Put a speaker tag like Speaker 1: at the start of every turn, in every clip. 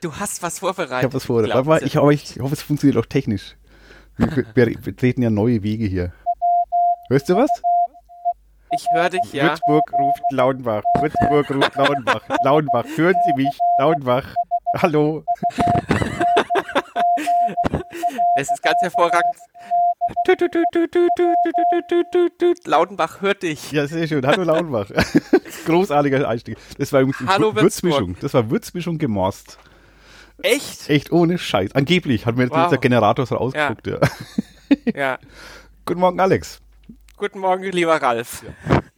Speaker 1: Du hast was vorbereitet.
Speaker 2: Ich habe was vorbereitet. Warte mal, ich, aber ich hoffe, es funktioniert auch technisch. Wir, wir betreten ja neue Wege hier. Hörst du was?
Speaker 1: Ich höre dich, ja.
Speaker 2: Würzburg ruft Laudenbach. Würzburg ruft Laudenbach. Laudenbach, hören Sie mich? Laudenbach. Hallo.
Speaker 1: Das ist ganz hervorragend. Tüt, tüt, tüt, tüt, tüt, tüt, tüt, tüt, tüt. Laudenbach hört dich.
Speaker 2: Ja, sehr schön. Hallo Laudenbach. Großartiger Einstieg. Das war übrigens
Speaker 1: Hallo,
Speaker 2: Wür-
Speaker 1: Würzburg.
Speaker 2: Würzmischung. Das war Würzmischung gemorst.
Speaker 1: Echt?
Speaker 2: Echt ohne Scheiß. Angeblich hat mir jetzt
Speaker 1: Wow.
Speaker 2: der Generator so rausgeguckt. Ja.
Speaker 1: Ja.
Speaker 2: Guten Morgen, Alex.
Speaker 1: Guten Morgen, lieber Ralf.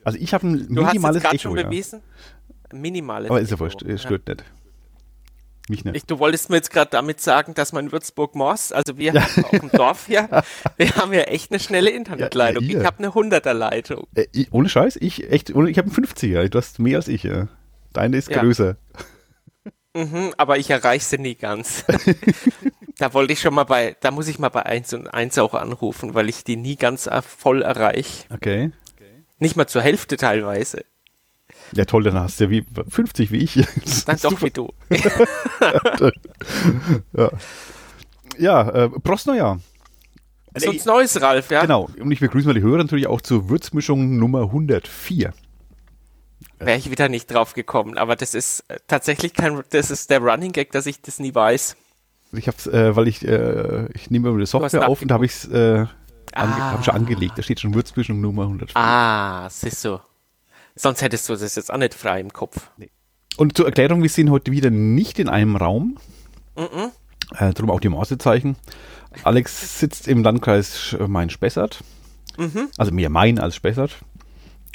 Speaker 2: Also ich habe ein
Speaker 1: Du hast jetzt
Speaker 2: minimales
Speaker 1: gerade
Speaker 2: Echo.
Speaker 1: schon
Speaker 2: ja.
Speaker 1: bewiesen. Minimales.
Speaker 2: Aber ist ja
Speaker 1: Echo.
Speaker 2: wurscht. äh, Stört nicht. Mich nicht.
Speaker 1: Ich, du wolltest mir jetzt gerade damit sagen, dass man in Würzburg Mors, also wir haben auch im Dorf hier, wir haben ja echt eine schnelle Internetleitung.
Speaker 2: Ja, ja, ihr.
Speaker 1: ich habe eine 100er Leitung.
Speaker 2: Äh, ich, ohne Scheiß, ich echt, ohne, ich habe einen 50er. Du hast mehr als ich. Ja. Deine ist
Speaker 1: Ja.
Speaker 2: größer.
Speaker 1: Mhm, aber ich erreiche sie nie ganz. da wollte ich schon mal bei, da muss ich mal bei 1 und 1 auch anrufen, weil ich die nie ganz äh, voll erreiche.
Speaker 2: Okay.
Speaker 1: Nicht mal zur Hälfte teilweise.
Speaker 2: Ja toll, dann hast du ja wie 50 wie ich. Das
Speaker 1: Dann
Speaker 2: ist
Speaker 1: doch
Speaker 2: super.
Speaker 1: wie du.
Speaker 2: Ja, äh, Prost Neujahr.
Speaker 1: Sonst Neues, Ralf, ja?
Speaker 2: Also Genau, und ich begrüße mal die Hörer natürlich auch zur Würzmischung Nummer 104.
Speaker 1: Wäre ich wieder nicht drauf gekommen, aber das ist äh, tatsächlich kein, das ist der Running Gag, dass ich das nie weiß.
Speaker 2: Ich hab's, äh, weil ich, äh, ich nehme immer die Software auf und habe ich's äh, ange
Speaker 1: Ah.
Speaker 2: hab schon angelegt. Da steht schon Würzmischung Nummer 104.
Speaker 1: Ah, siehst du. Sonst hättest du das jetzt auch nicht frei im Kopf.
Speaker 2: Und zur Erklärung, wir sind heute wieder nicht in einem Raum.
Speaker 1: Mhm.
Speaker 2: Äh, drum auch die Mausezeichen. Alex sitzt im Landkreis Sch- äh, Main-Spessart.
Speaker 1: Mhm.
Speaker 2: Also mehr Main als Spessart.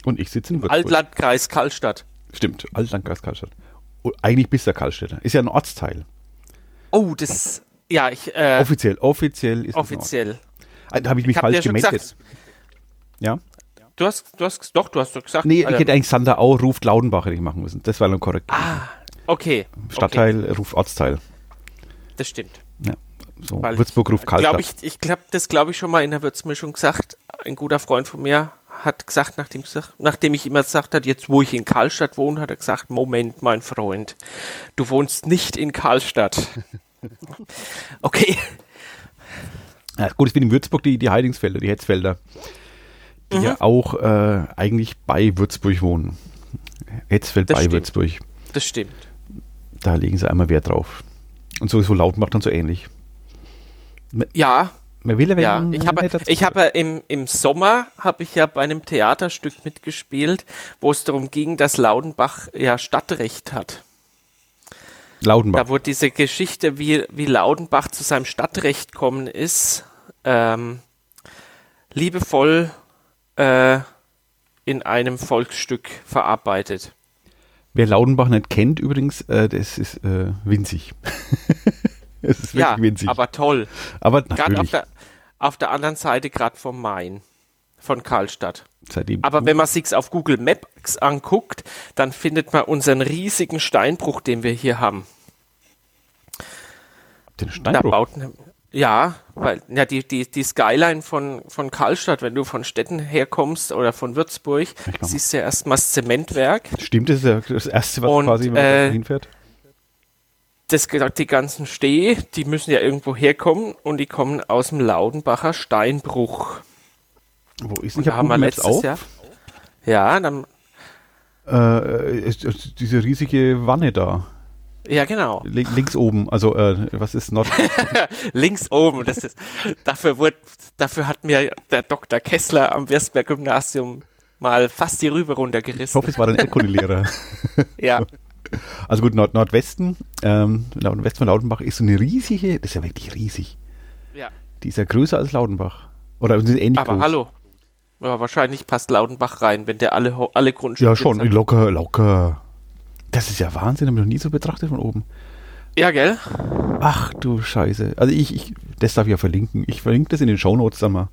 Speaker 2: Und ich sitze in Würzburg.
Speaker 1: Altlandkreis Karlstadt.
Speaker 2: Stimmt, Altlandkreis Karlstadt. Und eigentlich bist du Karlstädter. Ist ja ein Ortsteil.
Speaker 1: Oh, das, ja, ich, äh,
Speaker 2: Offiziell, offiziell ist es ein Ort.
Speaker 1: offiziell.
Speaker 2: Ah, Da habe ich mich
Speaker 1: Ich hab
Speaker 2: falsch
Speaker 1: dir schon
Speaker 2: gemeldet.
Speaker 1: gesagt.
Speaker 2: Ja?
Speaker 1: Du hast, du hast, doch, du hast doch gesagt.
Speaker 2: Nee, ich
Speaker 1: Alter.
Speaker 2: hätte eigentlich Sanderau ruft Laudenbach hätte ich machen müssen. Das war dann korrekt.
Speaker 1: Ah, okay.
Speaker 2: Stadtteil äh, ruft Ortsteil.
Speaker 1: Okay, das stimmt.
Speaker 2: Ja. So,
Speaker 1: Weil
Speaker 2: Würzburg ruft Karlstadt.
Speaker 1: Glaub ich ich glaube, das glaube ich schon mal in der Würzmischung gesagt. Ein guter Freund von mir hat gesagt, nachdem, gesagt- nachdem ich immer gesagt hat, jetzt wo ich in Karlstadt wohne, hat er gesagt, Moment, mein Freund, du wohnst nicht in Karlstadt. okay.
Speaker 2: Ja, gut, es bin in Würzburg die, die Heidingsfelder, die Hetzfelder, die
Speaker 1: Mhm.
Speaker 2: ja auch äh, eigentlich bei Würzburg wohnen. Hetzfeld
Speaker 1: Das
Speaker 2: bei
Speaker 1: stimmt.
Speaker 2: Würzburg.
Speaker 1: Das stimmt.
Speaker 2: Da legen sie einmal Wert drauf. Und sowieso laut macht dann so ähnlich.
Speaker 1: Ja,
Speaker 2: Man will ja,
Speaker 1: ja.
Speaker 2: wenn-
Speaker 1: Ich
Speaker 2: wenn
Speaker 1: habe,
Speaker 2: nicht dazu-
Speaker 1: ich habe im, im Sommer habe ich ja bei einem Theaterstück mitgespielt, wo es darum ging, dass Laudenbach ja Stadtrecht hat.
Speaker 2: Laudenbach.
Speaker 1: Da wurde diese Geschichte, wie, wie Laudenbach zu seinem Stadtrecht kommen ist, ähm, liebevoll äh, in einem Volksstück verarbeitet.
Speaker 2: Wer Laudenbach nicht kennt übrigens, äh, das ist äh, winzig. es ist wirklich
Speaker 1: Ja,
Speaker 2: winzig.
Speaker 1: aber toll.
Speaker 2: Aber
Speaker 1: Gerade auf
Speaker 2: natürlich,
Speaker 1: der, auf der anderen Seite, gerade vom Main, von Karlstadt.
Speaker 2: seitdem
Speaker 1: Aber wenn man sich's auf Google Maps anguckt, dann findet man unseren riesigen Steinbruch, den wir hier haben.
Speaker 2: den
Speaker 1: Da
Speaker 2: Steinbruch.
Speaker 1: baut ne- ja, weil ja, die, die, die Skyline von, von Karlstadt, wenn du von Städten herkommst oder von Würzburg,
Speaker 2: mal.
Speaker 1: siehst du ja erstmal das Zementwerk,
Speaker 2: Stimmt, das ist ja das Erste, was
Speaker 1: Und,
Speaker 2: quasi, wenn man
Speaker 1: äh,
Speaker 2: hinfährt.
Speaker 1: das, die ganzen Stehe, die müssen ja irgendwo herkommen und die kommen aus dem Laudenbacher Steinbruch.
Speaker 2: Wo ist
Speaker 1: Da haben wir letztes Jahr. Ja, dann,
Speaker 2: Äh, es- es- diese riesige Wanne da.
Speaker 1: ja, genau.
Speaker 2: Link- links oben, also äh, was ist Nord?
Speaker 1: Links oben. Das ist, dafür, wurde, dafür hat mir der Dr. Kessler am Würzberg Gymnasium mal fast die Rübe
Speaker 2: ich hoffe,
Speaker 1: runtergerissen.
Speaker 2: es war dein Erdkundelehrer.
Speaker 1: Ja.
Speaker 2: Also gut, Nord Nordwesten, ähm, Nordwesten von Laudenbach ist so eine riesige, das ist ja wirklich riesig.
Speaker 1: ja.
Speaker 2: Die ist ja größer als Laudenbach. Oder sind ähnlich
Speaker 1: Aber
Speaker 2: groß.
Speaker 1: hallo. Ja, wahrscheinlich passt Laudenbach rein, wenn der alle, Ho- alle Grundstücke.
Speaker 2: Ja, schon,
Speaker 1: jetzt hat.
Speaker 2: locker, locker. Das ist ja Wahnsinn, habe ich noch nie so betrachtet von oben.
Speaker 1: Ja, gell?
Speaker 2: Ach du Scheiße. Also ich, ich das darf ich ja verlinken. Ich verlinke das in den Shownotes dann mal.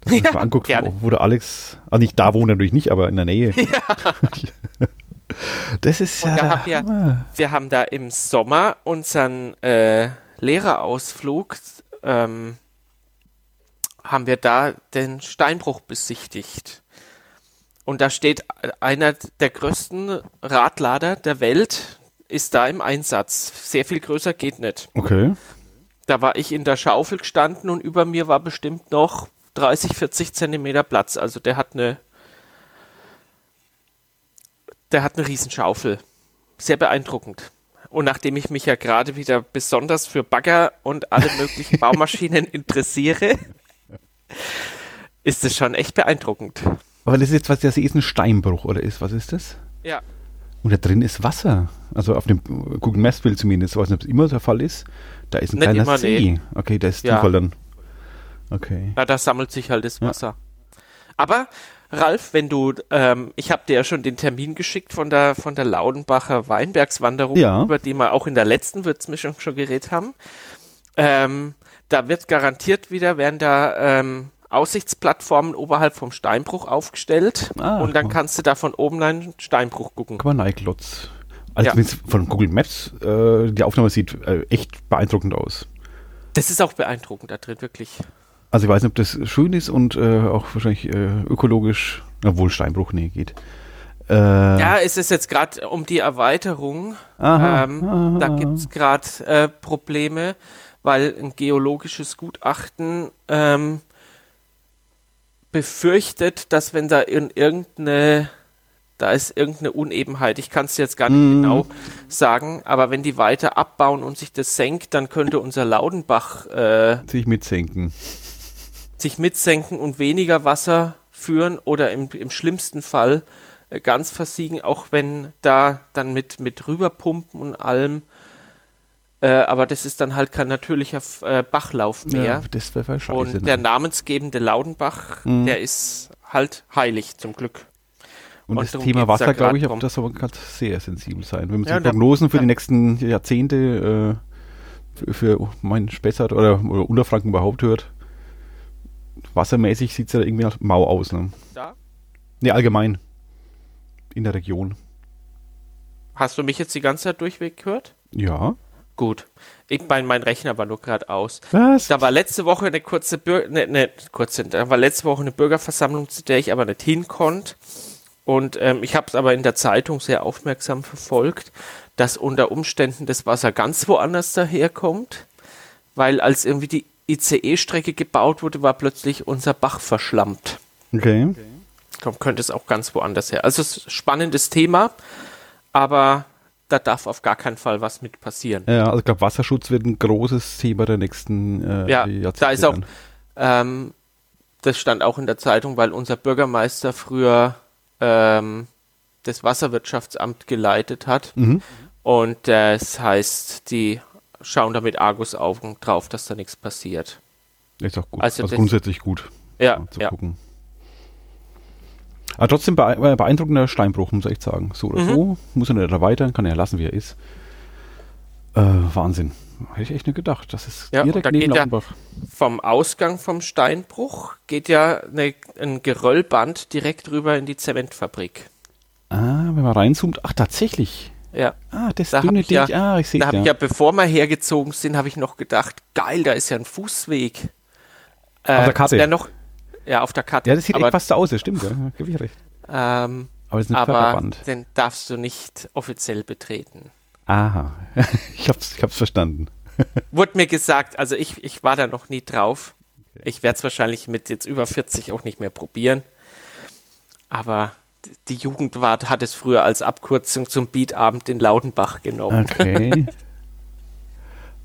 Speaker 2: Dass man
Speaker 1: Ja,
Speaker 2: das mal anguckt,
Speaker 1: gerne.
Speaker 2: wo, wo der Alex, ah nicht da wohnt er natürlich nicht, aber in der Nähe. Das ist ja,
Speaker 1: da
Speaker 2: der
Speaker 1: hab ja-
Speaker 2: Hammer.
Speaker 1: Wir haben da im Sommer unseren äh, Lehrerausflug, ähm, haben wir da den Steinbruch besichtigt. Und da steht einer der größten Radlader der Welt, ist da im Einsatz. Sehr viel größer geht nicht.
Speaker 2: Okay.
Speaker 1: Da war ich in der Schaufel gestanden und über mir war bestimmt noch 30, 40 Zentimeter Platz. Also der hat eine, der hat eine Riesenschaufel. Sehr beeindruckend. Und nachdem ich mich ja gerade wieder besonders für Bagger und alle möglichen Baumaschinen interessiere, ist es schon echt beeindruckend.
Speaker 2: Aber das ist jetzt was, das ist ein Steinbruch, oder ist, was ist das?
Speaker 1: Ja.
Speaker 2: Und da drin ist Wasser. Also auf dem Google Maps Bild zumindest, ich weiß nicht, ob es immer der Fall ist. Da ist ein
Speaker 1: Nicht
Speaker 2: kleiner
Speaker 1: immer,
Speaker 2: See.
Speaker 1: nee.
Speaker 2: Okay, da ist
Speaker 1: Ja.
Speaker 2: Zufall dann. Okay.
Speaker 1: Na, da sammelt sich halt das Wasser. Aber Ralf, wenn du, ähm, ich habe dir ja schon den Termin geschickt von der von der Laudenbacher Weinbergswanderung,
Speaker 2: Ja.
Speaker 1: über die wir auch in der letzten Würzmischung schon geredet haben. Ähm, da wird garantiert wieder werden da ähm, Aussichtsplattformen oberhalb vom Steinbruch aufgestellt
Speaker 2: Ah,
Speaker 1: und dann
Speaker 2: cool.
Speaker 1: kannst du da von oben einen Steinbruch gucken.
Speaker 2: Kann man Neiglotz. Also
Speaker 1: Ja.
Speaker 2: zumindest von Google Maps, äh, die Aufnahme sieht äh, echt beeindruckend aus.
Speaker 1: Das ist auch beeindruckend da drin wirklich.
Speaker 2: Also ich weiß nicht, ob das schön ist und äh, auch wahrscheinlich äh, ökologisch, obwohl Steinbruch, nee, geht. Äh,
Speaker 1: Ja, es ist jetzt gerade um die Erweiterung.
Speaker 2: Aha,
Speaker 1: ähm, Da gibt's grad gerade äh, Probleme, weil ein geologisches Gutachten ähm, befürchtet, dass wenn da in irgendeine, da ist irgendeine Unebenheit, ich kann es jetzt gar nicht genau sagen, aber wenn die weiter abbauen und sich das senkt, dann könnte unser Laudenbach äh,
Speaker 2: sich mitsenken.
Speaker 1: sich mitsenken und weniger Wasser führen oder im, im schlimmsten Fall äh, ganz versiegen, auch wenn da dann mit, mit rüberpumpen und allem. Äh, aber das ist dann halt kein natürlicher F- äh, Bachlauf mehr.
Speaker 2: das wäre scheiße.
Speaker 1: und
Speaker 2: ne?
Speaker 1: der namensgebende Laudenbach, der ist halt heilig zum Glück.
Speaker 2: Und
Speaker 1: Und
Speaker 2: das
Speaker 1: darum
Speaker 2: Thema
Speaker 1: geht's ja
Speaker 2: Wasser, glaube
Speaker 1: grad
Speaker 2: ich, auf
Speaker 1: drum.
Speaker 2: das soll man gerade sehr sensibel sein. Wenn man
Speaker 1: Ja,
Speaker 2: sich
Speaker 1: da-
Speaker 2: Prognosen für die nächsten Jahrzehnte äh, für, für meinen Spessart oder, oder Unterfranken überhaupt hört, wassermäßig sieht es ja irgendwie nach mau aus. Ne?
Speaker 1: Da
Speaker 2: Ne, allgemein. In der Region.
Speaker 1: hast du mich jetzt die ganze Zeit durchweg gehört?
Speaker 2: Ja.
Speaker 1: Gut. Ich mein, mein Rechner war nur gerade aus.
Speaker 2: Was?
Speaker 1: Da war letzte Woche eine kurze Bür ne, ne, kurze, da war letzte Woche eine Bürgerversammlung, zu der ich aber nicht hinkonnte. Und ähm, ich habe es aber in der Zeitung sehr aufmerksam verfolgt, dass unter Umständen das Wasser ganz woanders daherkommt, weil als irgendwie die ICE-Strecke gebaut wurde, war plötzlich unser Bach verschlammt.
Speaker 2: Okay.
Speaker 1: Komm, könnte es auch ganz woanders her. Also es ist ein spannendes Thema, aber da darf auf gar keinen Fall was mit passieren.
Speaker 2: Ja, also ich glaube, Wasserschutz wird ein großes Thema der nächsten äh,
Speaker 1: Ja,
Speaker 2: Jahrzehnte.
Speaker 1: da ist auch,
Speaker 2: dann.
Speaker 1: ähm, das stand auch in der Zeitung, weil unser Bürgermeister früher ähm, das Wasserwirtschaftsamt geleitet hat.
Speaker 2: Mhm.
Speaker 1: Und das heißt, die schauen da mit Argusaugen drauf, dass da nichts passiert.
Speaker 2: Ist auch gut.
Speaker 1: also
Speaker 2: Also,
Speaker 1: das-
Speaker 2: grundsätzlich gut
Speaker 1: Ja,
Speaker 2: zu
Speaker 1: ja.
Speaker 2: gucken. Aber trotzdem bee- äh, beeindruckender Steinbruch, muss ich echt sagen. So
Speaker 1: Mhm.
Speaker 2: oder so. Muss er nicht erweitern, kann er lassen, wie er ist. Äh, Wahnsinn. Hätte ich echt nicht gedacht. Das ist
Speaker 1: Ja, und
Speaker 2: direkt
Speaker 1: da
Speaker 2: neben
Speaker 1: geht ja-
Speaker 2: Lautenbach.
Speaker 1: Vom Ausgang vom Steinbruch geht ja eine, ein Geröllband direkt rüber in die Zementfabrik.
Speaker 2: Ah, wenn man reinzoomt. Ach, tatsächlich.
Speaker 1: Ja.
Speaker 2: Ah, das
Speaker 1: Da hab
Speaker 2: dünne
Speaker 1: ich
Speaker 2: Ding.
Speaker 1: ja-
Speaker 2: ah, ich sehe
Speaker 1: Da habe ich ja, bevor wir hergezogen sind, habe ich noch gedacht, geil, da ist ja ein Fußweg. Äh,
Speaker 2: der Karte.
Speaker 1: das wär Noch, ja, auf der Karte.
Speaker 2: Ja, das sieht
Speaker 1: aber,
Speaker 2: echt fast so aus, das stimmt, ja. Da gebe ich recht.
Speaker 1: ähm,
Speaker 2: Aber es ist ein
Speaker 1: aber
Speaker 2: Förderband.
Speaker 1: den darfst du nicht offiziell betreten.
Speaker 2: Aha. ich, hab's, ich hab's verstanden.
Speaker 1: Wurde mir gesagt, also ich, ich war da noch nie drauf. Ich werde es wahrscheinlich mit jetzt über 40 auch nicht mehr probieren. Aber d- die Jugendwart hat es früher als Abkürzung zum Beatabend in Laudenbach genommen.
Speaker 2: Okay.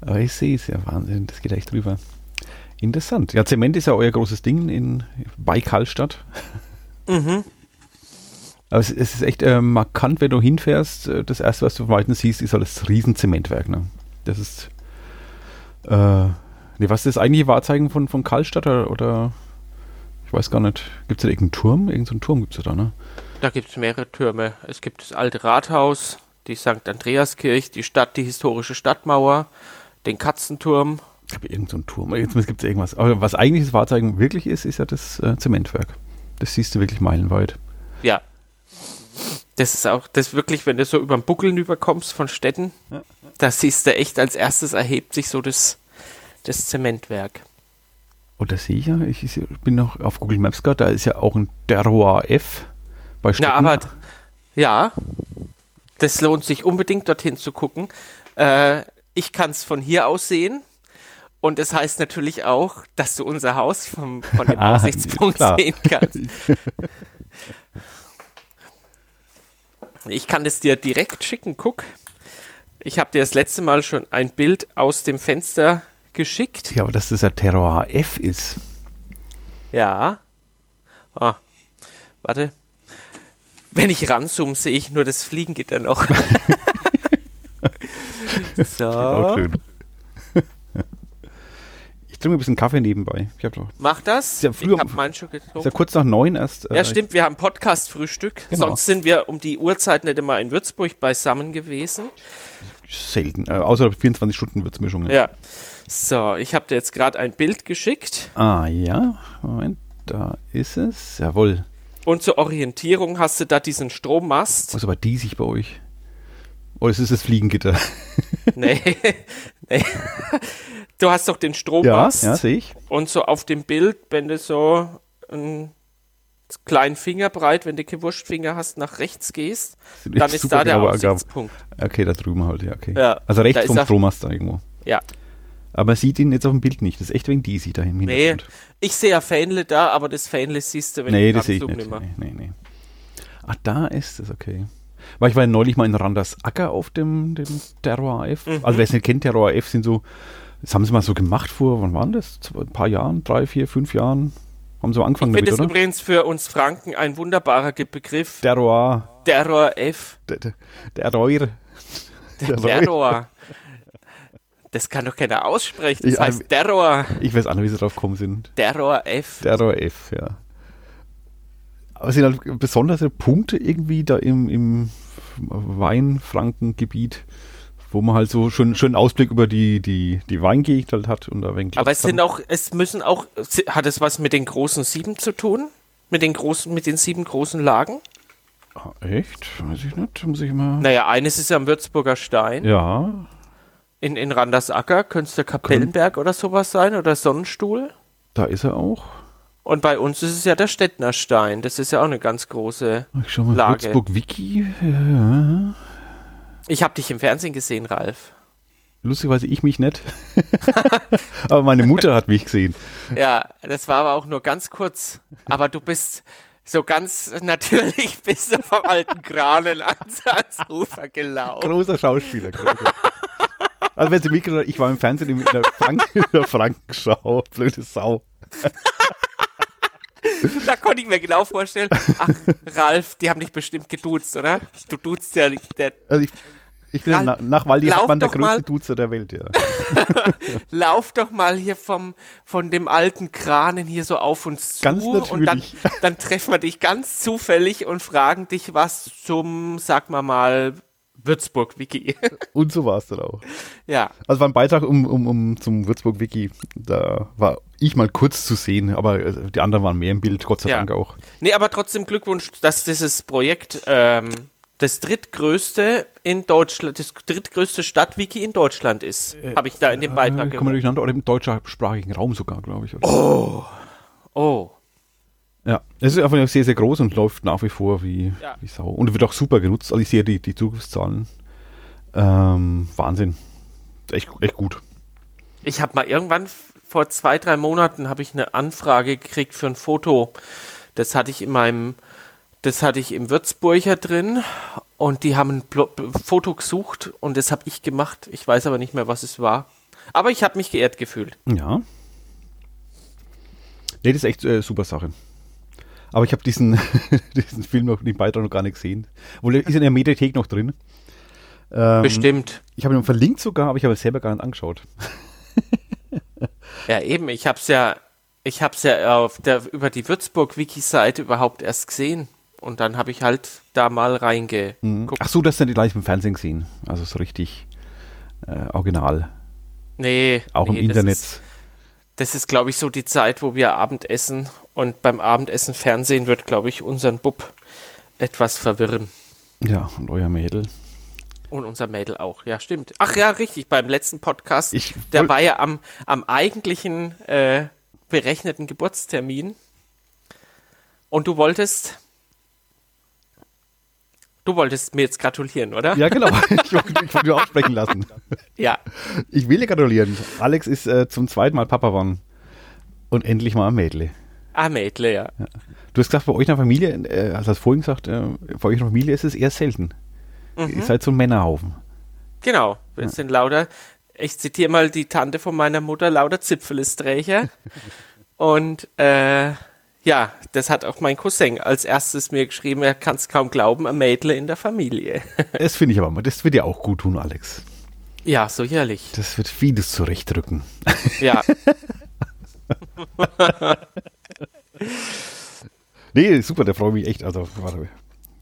Speaker 2: Aber ich sehe es ja, Wahnsinn, das geht echt drüber. Interessant. Ja, Zement ist ja euer großes Ding in, bei Karlstadt. Aber es, es ist echt äh, markant, wenn du hinfährst. äh, Das erste, was du von Weitem siehst, ist halt das Riesenzementwerk. Ne? Das ist. Äh, nee, was ist das eigentliche Wahrzeichen von, von Karlstadt oder, oder. Ich weiß gar nicht. Gibt es da irgendeinen Turm? Irgend so einen Turm gibt es da, ne?
Speaker 1: Da gibt es mehrere Türme. Es gibt das alte Rathaus, die St. Andreaskirche, die Stadt, die historische Stadtmauer, den Katzenturm.
Speaker 2: Ich habe irgendeinen so einen Turm. Jetzt gibt es irgendwas. Aber was eigentlich das Wahrzeichen wirklich ist, ist ja das äh, Zementwerk. Das siehst du wirklich meilenweit.
Speaker 1: Ja. Das ist auch, das wirklich, wenn du so über den Buckel rüberkommst von Städten, da siehst du echt, als erstes erhebt sich so das, das Zementwerk.
Speaker 2: Oder sehe ich ja, ich, ich bin noch auf Google Maps gerade, da ist ja auch ein Terroir F bei Städten.
Speaker 1: aber- Ja, Das lohnt sich unbedingt dorthin zu gucken. Äh, ich kann es von hier aus sehen. Und es das heißt natürlich auch, dass du unser Haus vom, von dem
Speaker 2: Ah,
Speaker 1: Aussichtspunkt
Speaker 2: klar.
Speaker 1: sehen kannst. Ich kann es dir direkt schicken, guck. Ich habe dir das letzte Mal schon ein Bild aus dem Fenster geschickt.
Speaker 2: Ja, aber dass das ja Terror F ist.
Speaker 1: Ja. Ah, warte. Wenn ich ranzoome, sehe ich nur das Fliegengitter noch.
Speaker 2: Ah. Auch
Speaker 1: so.
Speaker 2: Genau, schön. ich trinke ein bisschen Kaffee nebenbei. Ich habe doch.
Speaker 1: Mach das.
Speaker 2: Ist ja früh
Speaker 1: ich
Speaker 2: um-
Speaker 1: habe meinen schon
Speaker 2: Ist ja
Speaker 1: getrunken.
Speaker 2: kurz nach neun erst. äh,
Speaker 1: Ja, stimmt, wir haben Podcast-Frühstück.
Speaker 2: Genau.
Speaker 1: Sonst sind wir um die Uhrzeit nicht immer in Würzburg beisammen gewesen.
Speaker 2: Selten. Äh, außer 24 Stunden wird es Mischungen.
Speaker 1: Ja. So, ich habe dir jetzt gerade ein Bild geschickt.
Speaker 2: Ah ja, Moment, da ist es. Jawohl.
Speaker 1: Und zur Orientierung hast du da diesen Strommast.
Speaker 2: Was aber diesig Also bei euch? Oh, es ist das Fliegengitter.
Speaker 1: Nee. nee. Du hast doch den
Speaker 2: Ja,
Speaker 1: Strommast.
Speaker 2: ja, sehe ich.
Speaker 1: Und so auf dem Bild, wenn du so einen kleinen Finger breit, wenn du keinen Wurstfinger hast, nach rechts gehst,
Speaker 2: Sind
Speaker 1: dann
Speaker 2: echt
Speaker 1: ist da der
Speaker 2: supergenaue Angaben.
Speaker 1: Aussichtspunkt.
Speaker 2: Okay, da drüben halt, ja, okay.
Speaker 1: Ja,
Speaker 2: also
Speaker 1: da
Speaker 2: rechts
Speaker 1: ist
Speaker 2: vom
Speaker 1: er.
Speaker 2: Strommast da irgendwo.
Speaker 1: Ja.
Speaker 2: Aber man sieht ihn jetzt auf dem Bild nicht. Das ist echt wegen diesig da im
Speaker 1: Nee,
Speaker 2: Hintergrund.
Speaker 1: ich sehe ja Fähnle da, aber das Fähnle siehst du, wenn
Speaker 2: nee
Speaker 1: du
Speaker 2: das sehe ich
Speaker 1: ranzoomen
Speaker 2: nicht.
Speaker 1: immer.
Speaker 2: Nee, nee, nee. Ah, da ist es, okay. Weil ich war ja neulich mal in Randers Acker auf dem, dem Terror AF.
Speaker 1: Mhm.
Speaker 2: Also wer es nicht kennt, Terror AF sind so, das haben sie mal so gemacht vor, wann waren das? Vor Ein paar Jahren, drei, vier, fünf Jahren haben sie mal angefangen
Speaker 1: Ich
Speaker 2: damit,
Speaker 1: finde das
Speaker 2: oder?
Speaker 1: übrigens für uns Franken ein wunderbarer Ge- Begriff.
Speaker 2: Terror.
Speaker 1: Terror F.
Speaker 2: Der, der, der Reuer. Der Reuer.
Speaker 1: Terror. Das kann doch keiner aussprechen. Das
Speaker 2: Ich-
Speaker 1: heißt Terror.
Speaker 2: Ich weiß auch nicht, wie sie drauf gekommen sind.
Speaker 1: Terror F.
Speaker 2: Terror F, ja. Aber es sind halt besondere Punkte irgendwie da im, im Weinfrankengebiet, wo man halt so schön, schönen Ausblick über die, die, die Weingegend halt hat und da wegen
Speaker 1: Aber es sind auch, es müssen auch, hat es was mit den großen sieben zu tun? Mit den großen, mit den sieben großen Lagen?
Speaker 2: Ah, echt? Weiß ich nicht. Muss ich mal.
Speaker 1: Naja, eines ist am Würzburger Stein.
Speaker 2: Ja.
Speaker 1: In, in Randersacker könnte es der Kapellenberg oder sowas sein oder Sonnenstuhl.
Speaker 2: Da ist er auch.
Speaker 1: Und bei uns ist es ja der Stettner Stein. Das ist ja auch eine ganz große
Speaker 2: Ich schau mal,
Speaker 1: Lage.
Speaker 2: Würzburg Wiki. Ja.
Speaker 1: Ich habe dich im Fernsehen gesehen, Ralf.
Speaker 2: Lustigerweise ich mich nicht. Aber meine Mutter hat mich gesehen.
Speaker 1: Ja, das war aber auch nur ganz kurz. Aber du bist so ganz natürlich bist du vom alten Kranen ans, ans Ufer gelaufen.
Speaker 2: Großer Schauspieler. großer. Also wenn Sie mich gesagt ich war im Fernsehen in der, Frank in der Frankenschau, blöde Sau.
Speaker 1: Da konnte ich mir genau vorstellen. Ach, Ralf, die haben dich bestimmt geduzt, oder? Du duzt ja nicht. Der,
Speaker 2: Also ich, ich bin
Speaker 1: Ralf,
Speaker 2: na, nach Waldi
Speaker 1: lauf
Speaker 2: Hartmann der
Speaker 1: doch mal.
Speaker 2: größte Duzer der Welt, ja.
Speaker 1: lauf doch mal hier vom, von dem alten Kranen hier so auf uns zu.
Speaker 2: Ganz
Speaker 1: Und dann,
Speaker 2: natürlich.
Speaker 1: dann treffen wir dich ganz zufällig und fragen dich was zum, sag mal mal, Würzburg-Wiki.
Speaker 2: Und so war es dann auch.
Speaker 1: ja.
Speaker 2: Also war ein Beitrag um, um, um zum Würzburg-Wiki, da war ich mal kurz zu sehen, aber äh, die anderen waren mehr im Bild, Gott sei
Speaker 1: Ja.
Speaker 2: Dank auch.
Speaker 1: Nee, aber trotzdem Glückwunsch, dass dieses Projekt ähm, das drittgrößte in Deutschland, das drittgrößte Stadtwiki in Deutschland ist. Habe ich da in dem
Speaker 2: Äh,
Speaker 1: Beitrag
Speaker 2: kommen wir
Speaker 1: gehört.
Speaker 2: durcheinander, oder im deutschsprachigen Raum sogar, glaube ich. Oder?
Speaker 1: Oh.
Speaker 2: Ja, es ist einfach sehr, sehr groß und läuft nach wie vor wie,
Speaker 1: Ja.
Speaker 2: wie Sau. Und wird auch super genutzt. Also ich sehe die, die Zugriffszahlen. Ähm, Wahnsinn. Echt, echt gut.
Speaker 1: Ich habe mal irgendwann f- vor zwei, drei Monaten habe ich eine Anfrage gekriegt für ein Foto. Das hatte ich in meinem, das hatte ich im Würzburger drin und die haben ein Blo- B- Foto gesucht und das habe ich gemacht. Ich weiß aber nicht mehr, was es war. Aber ich habe mich geehrt gefühlt.
Speaker 2: Ja. Nee, das ist echt äh, super Sache. Aber ich habe diesen, diesen Film noch, den Beitrag noch gar nicht gesehen. Wohl der ist in der Mediathek noch drin. Ähm,
Speaker 1: Bestimmt.
Speaker 2: Ich habe ihn verlinkt sogar, aber ich habe es selber gar nicht angeschaut.
Speaker 1: Ja, eben. Ich hab's ja, ich hab's ja auf der, über die Würzburg-Wiki-Seite überhaupt erst gesehen. Und dann habe ich halt da mal reingeguckt.
Speaker 2: Hm? Ach so, das sind die gleich im Fernsehen gesehen. Also so richtig äh, original.
Speaker 1: Nee.
Speaker 2: Auch
Speaker 1: nee,
Speaker 2: im
Speaker 1: das
Speaker 2: Internet.
Speaker 1: Ist, das ist, glaube ich, so die Zeit, wo wir Abendessen und beim Abendessen Fernsehen wird, glaube ich, unseren Bub etwas verwirren.
Speaker 2: Ja, und euer Mädel.
Speaker 1: Und unser Mädel auch, ja, stimmt. Ach ja, richtig, beim letzten Podcast,
Speaker 2: Ich
Speaker 1: der
Speaker 2: woll-
Speaker 1: war ja am, am eigentlichen äh, berechneten Geburtstermin. Und du wolltest Du wolltest mir jetzt gratulieren, oder?
Speaker 2: Ja, genau. Ich wollte ich wollte nur aussprechen lassen.
Speaker 1: Ja.
Speaker 2: Ich will dir gratulieren. Alex ist äh, zum zweiten Mal Papa geworden. Und endlich mal ein Mädle.
Speaker 1: Ah, Mädle, ja.
Speaker 2: Du hast gesagt, bei euch in der Familie, äh, also hast du vorhin gesagt, äh, bei euch in der Familie ist es eher selten. Ihr seid so ein Männerhaufen.
Speaker 1: Genau. Wir sind lauter. Ich zitiere mal die Tante von meiner Mutter, lauter Zipfelisträcher. Und äh, ja, das hat auch mein Cousin als erstes mir geschrieben. Er kann es kaum glauben, ein Mädle in der Familie.
Speaker 2: Das finde ich aber mal. Das wird dir auch gut tun, Alex.
Speaker 1: ja, so jährlich.
Speaker 2: Das wird vieles zurechtrücken.
Speaker 1: Ja.
Speaker 2: Nee, super, da freue ich mich echt. Also, warte,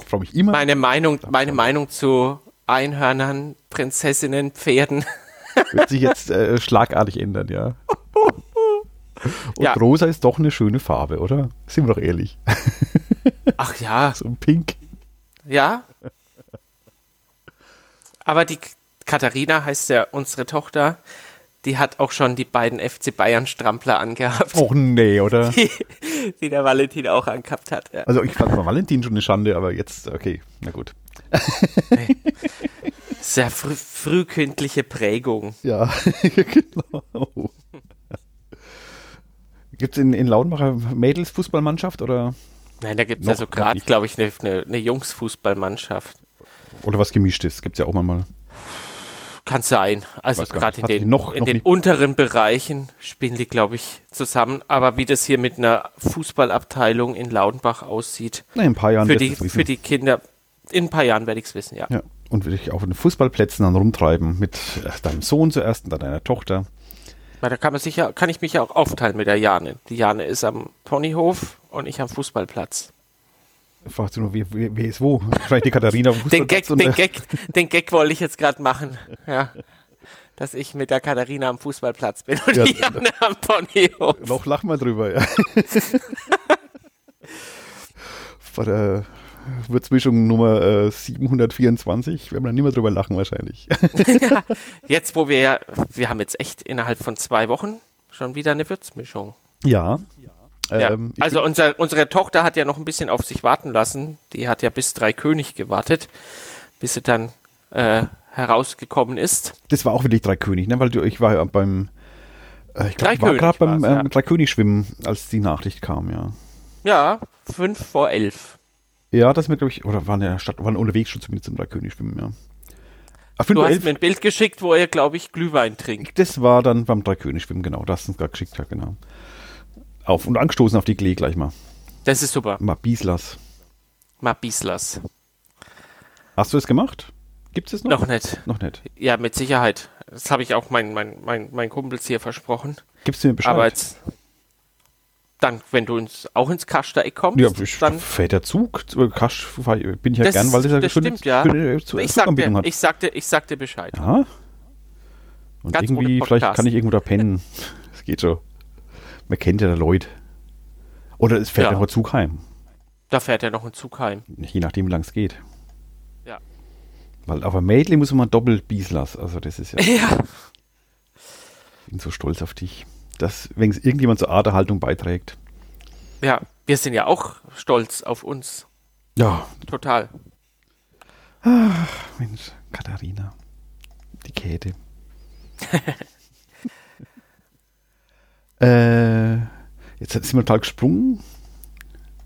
Speaker 2: ich freue mich immer.
Speaker 1: Meine Meinung, meine Meinung zu Einhörnern, Prinzessinnen, Pferden.
Speaker 2: Wird sich jetzt äh, schlagartig ändern, ja. Und
Speaker 1: Ja.
Speaker 2: rosa ist doch eine schöne Farbe, oder? Sind wir doch ehrlich.
Speaker 1: Ach ja,
Speaker 2: So ein Pink.
Speaker 1: ja. Aber die K- Katharina heißt ja unsere Tochter. Die hat auch schon die beiden FC Bayern Strampler angehabt,
Speaker 2: Och nee, oder?
Speaker 1: die, die der Valentin auch angehabt hat. Ja.
Speaker 2: Also ich fand mal Valentin schon eine Schande, aber jetzt, okay, na gut.
Speaker 1: Sehr früh, frühkindliche Prägung.
Speaker 2: Ja, genau. Gibt es in, in Laudenbacher Mädels-Fußballmannschaft oder,
Speaker 1: Nein, da gibt es
Speaker 2: Noch
Speaker 1: also gerade,
Speaker 2: nicht.
Speaker 1: glaube ich, eine ne, ne Jungsfußballmannschaft.
Speaker 2: oder was Gemischtes? Gibt es ja auch manchmal.
Speaker 1: Kann sein. Also
Speaker 2: Weiß gar nicht.
Speaker 1: gerade in
Speaker 2: Hat die
Speaker 1: den,
Speaker 2: noch-
Speaker 1: in
Speaker 2: noch
Speaker 1: den
Speaker 2: nicht-
Speaker 1: unteren Bereichen spielen die, glaube ich, zusammen. Aber wie das hier mit einer Fußballabteilung in Laudenbach aussieht,
Speaker 2: Na, in ein paar Jahren
Speaker 1: für
Speaker 2: wirst
Speaker 1: die,
Speaker 2: du's wissen.
Speaker 1: für die Kinder, in ein paar Jahren werde ich es wissen, ja.
Speaker 2: Ja, und will ich auf den Fußballplätzen dann rumtreiben mit äh, deinem Sohn zuerst und dann deiner Tochter.
Speaker 1: Weil da kann man sich ja, kann ich mich ja auch aufteilen mit der Jane. Die Jane ist am Ponyhof und ich am Fußballplatz.
Speaker 2: Fragst du nur, wer, wer, wer ist wo? Wahrscheinlich die Katharina. auf dem
Speaker 1: Den Gag,
Speaker 2: Fußballplatz und,
Speaker 1: den
Speaker 2: äh,
Speaker 1: Gag, den Gag wollte ich jetzt gerade machen. Ja. Dass ich mit der Katharina am Fußballplatz bin und
Speaker 2: Ja.
Speaker 1: die Jane am Ponyhof.
Speaker 2: Noch lach mal drüber, ja. Bei der Würzmischung Nummer äh, 724 werden wir dann nicht mehr drüber lachen wahrscheinlich.
Speaker 1: Jetzt, wo wir ja, wir haben jetzt echt innerhalb von zwei Wochen schon wieder eine Würzmischung.
Speaker 2: Ja.
Speaker 1: Ja.
Speaker 2: Ähm, ich
Speaker 1: also unser, unsere Tochter hat ja noch ein bisschen auf sich warten lassen. Die hat ja bis drei König gewartet, bis sie dann äh, herausgekommen ist.
Speaker 2: Das war auch wirklich Dreikönig, ne? Weil du, ich war ja beim äh, ich glaub, ich war
Speaker 1: Dreikönig
Speaker 2: gerade beim
Speaker 1: war's, ja.
Speaker 2: ähm, Dreikönig-Schwimmen, als die Nachricht kam, ja.
Speaker 1: Ja, fünf vor elf.
Speaker 2: Ja, das mit, glaube ich, oder waren in der Stadt, waren unterwegs schon zumindest im Dreikönig-Schwimmen, ja. Ach,
Speaker 1: Du hast
Speaker 2: 5.11
Speaker 1: mir ein Bild geschickt, wo er, glaube ich, Glühwein trinkt.
Speaker 2: das war dann beim Dreikönig-Schwimmen, genau. Das hast du uns gerade geschickt, ja, genau. Auf und angestoßen auf die Klee gleich mal.
Speaker 1: Das ist super.
Speaker 2: Mal Bieslas.
Speaker 1: Mal Bieslas.
Speaker 2: Hast du es gemacht? Gibt es noch?
Speaker 1: Noch nicht.
Speaker 2: Noch nicht.
Speaker 1: Ja, mit Sicherheit. Das habe ich auch meinen mein, mein, mein Kumpels hier versprochen.
Speaker 2: Gibst du mir Bescheid?
Speaker 1: Aber jetzt, dann, wenn du ins, auch ins Kastereck kommst,
Speaker 2: ja, ich,
Speaker 1: dann
Speaker 2: fährt der Zug. zu- Kasch, fahr ich- bin ich ja
Speaker 1: Das-
Speaker 2: gern, weil das ja
Speaker 1: das
Speaker 2: schöne-
Speaker 1: stimmt, ja.
Speaker 2: schöne äh, Zu-
Speaker 1: ich sag,
Speaker 2: Zuganbindung
Speaker 1: dir,
Speaker 2: hat.
Speaker 1: ich, sag dir, ich sag dir Bescheid.
Speaker 2: Ja. Und
Speaker 1: Ganz ohne
Speaker 2: irgendwie,
Speaker 1: Podcast.
Speaker 2: vielleicht kann ich irgendwo da pennen. Das geht schon. Man kennt ja da Leute. Oder es fährt
Speaker 1: Ja.
Speaker 2: einfach ein Zug heim.
Speaker 1: Da fährt ja noch ein Zug heim.
Speaker 2: Je nachdem, wie lang es geht.
Speaker 1: Ja.
Speaker 2: Weil auf der Mädli muss man doppelt Bies lassen. Also das ist ja, ich
Speaker 1: Ja,
Speaker 2: bin so stolz auf dich. Dass, wenn es irgendjemand zur Aderhaltung beiträgt.
Speaker 1: ja, wir sind ja auch stolz auf uns.
Speaker 2: Ja,
Speaker 1: Total.
Speaker 2: Mensch, Katharina. Die Käthe. äh, jetzt sind wir total gesprungen.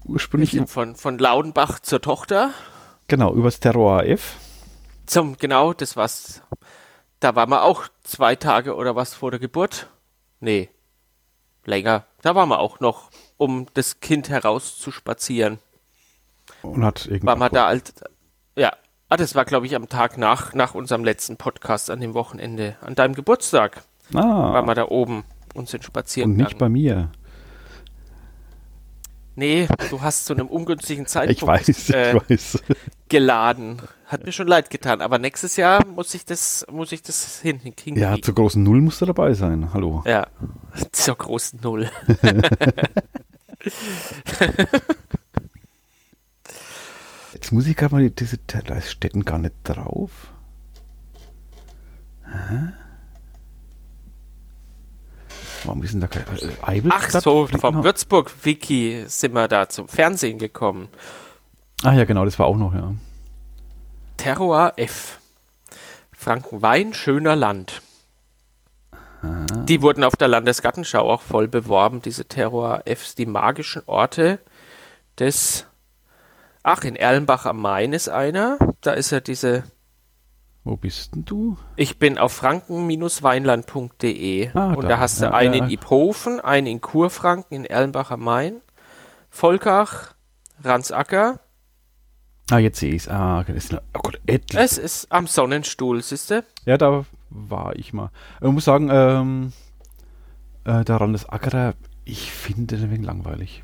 Speaker 2: Ursprünglich,
Speaker 1: Von, von Laudenbach zur Tochter.
Speaker 2: genau, übers Terror AF.
Speaker 1: Zum, genau, das war's. Da waren wir auch zwei Tage oder was vor der Geburt. Nee, länger. Da waren wir auch noch, um das Kind herauszuspazieren.
Speaker 2: Und hat irgendwie.
Speaker 1: War mal da alt. Ja. Ah, das war, glaube ich, am Tag nach, nach unserem letzten Podcast an dem Wochenende. An deinem Geburtstag
Speaker 2: Ah,
Speaker 1: waren wir da oben und sind spazieren
Speaker 2: und nicht
Speaker 1: gegangen.
Speaker 2: bei mir.
Speaker 1: Nee, du hast zu einem ungünstigen
Speaker 2: Ich
Speaker 1: Zeitpunkt
Speaker 2: weiß, ich
Speaker 1: äh,
Speaker 2: weiß.
Speaker 1: geladen. Hat mir schon leid getan. Aber nächstes Jahr muss ich das, muss ich das hin, hinkriegen.
Speaker 2: Ja, zur großen Null musst du dabei sein. Hallo.
Speaker 1: ja. Zur großen Null.
Speaker 2: Jetzt muss ich gerade mal die- diese Te- da ist Städten gar nicht drauf. Hä? Warum ist denn da kein äh,
Speaker 1: Ach
Speaker 2: Eibelstadt?
Speaker 1: so,
Speaker 2: Flickenau-
Speaker 1: vom Würzburg-Wiki sind wir da zum Fernsehen gekommen.
Speaker 2: Ah ja, genau, das war auch noch, ja.
Speaker 1: Terroir F. Frankenwein, schöner Land. Die wurden auf der Landesgartenschau auch voll beworben, diese Terroir Fs, die magischen Orte des. Ach, in Erlenbach am Main ist einer. Da ist ja diese.
Speaker 2: Wo bist denn du?
Speaker 1: Ich bin auf franken-weinland.de
Speaker 2: Ah,
Speaker 1: und
Speaker 2: da.
Speaker 1: da hast du
Speaker 2: Ja,
Speaker 1: einen
Speaker 2: ja.
Speaker 1: in Iphofen, einen in Kurfranken, in Erlenbach am Main, Volkach, Ransacker.
Speaker 2: Ah, jetzt sehe ich es. Ah, okay, das sind, oh Gott, etliche.
Speaker 1: Es ist am Sonnenstuhl, siehste?
Speaker 2: Ja, da war ich mal. Ich muss sagen, ähm, äh, daran das Ackerer, ich finde den ein wenig langweilig.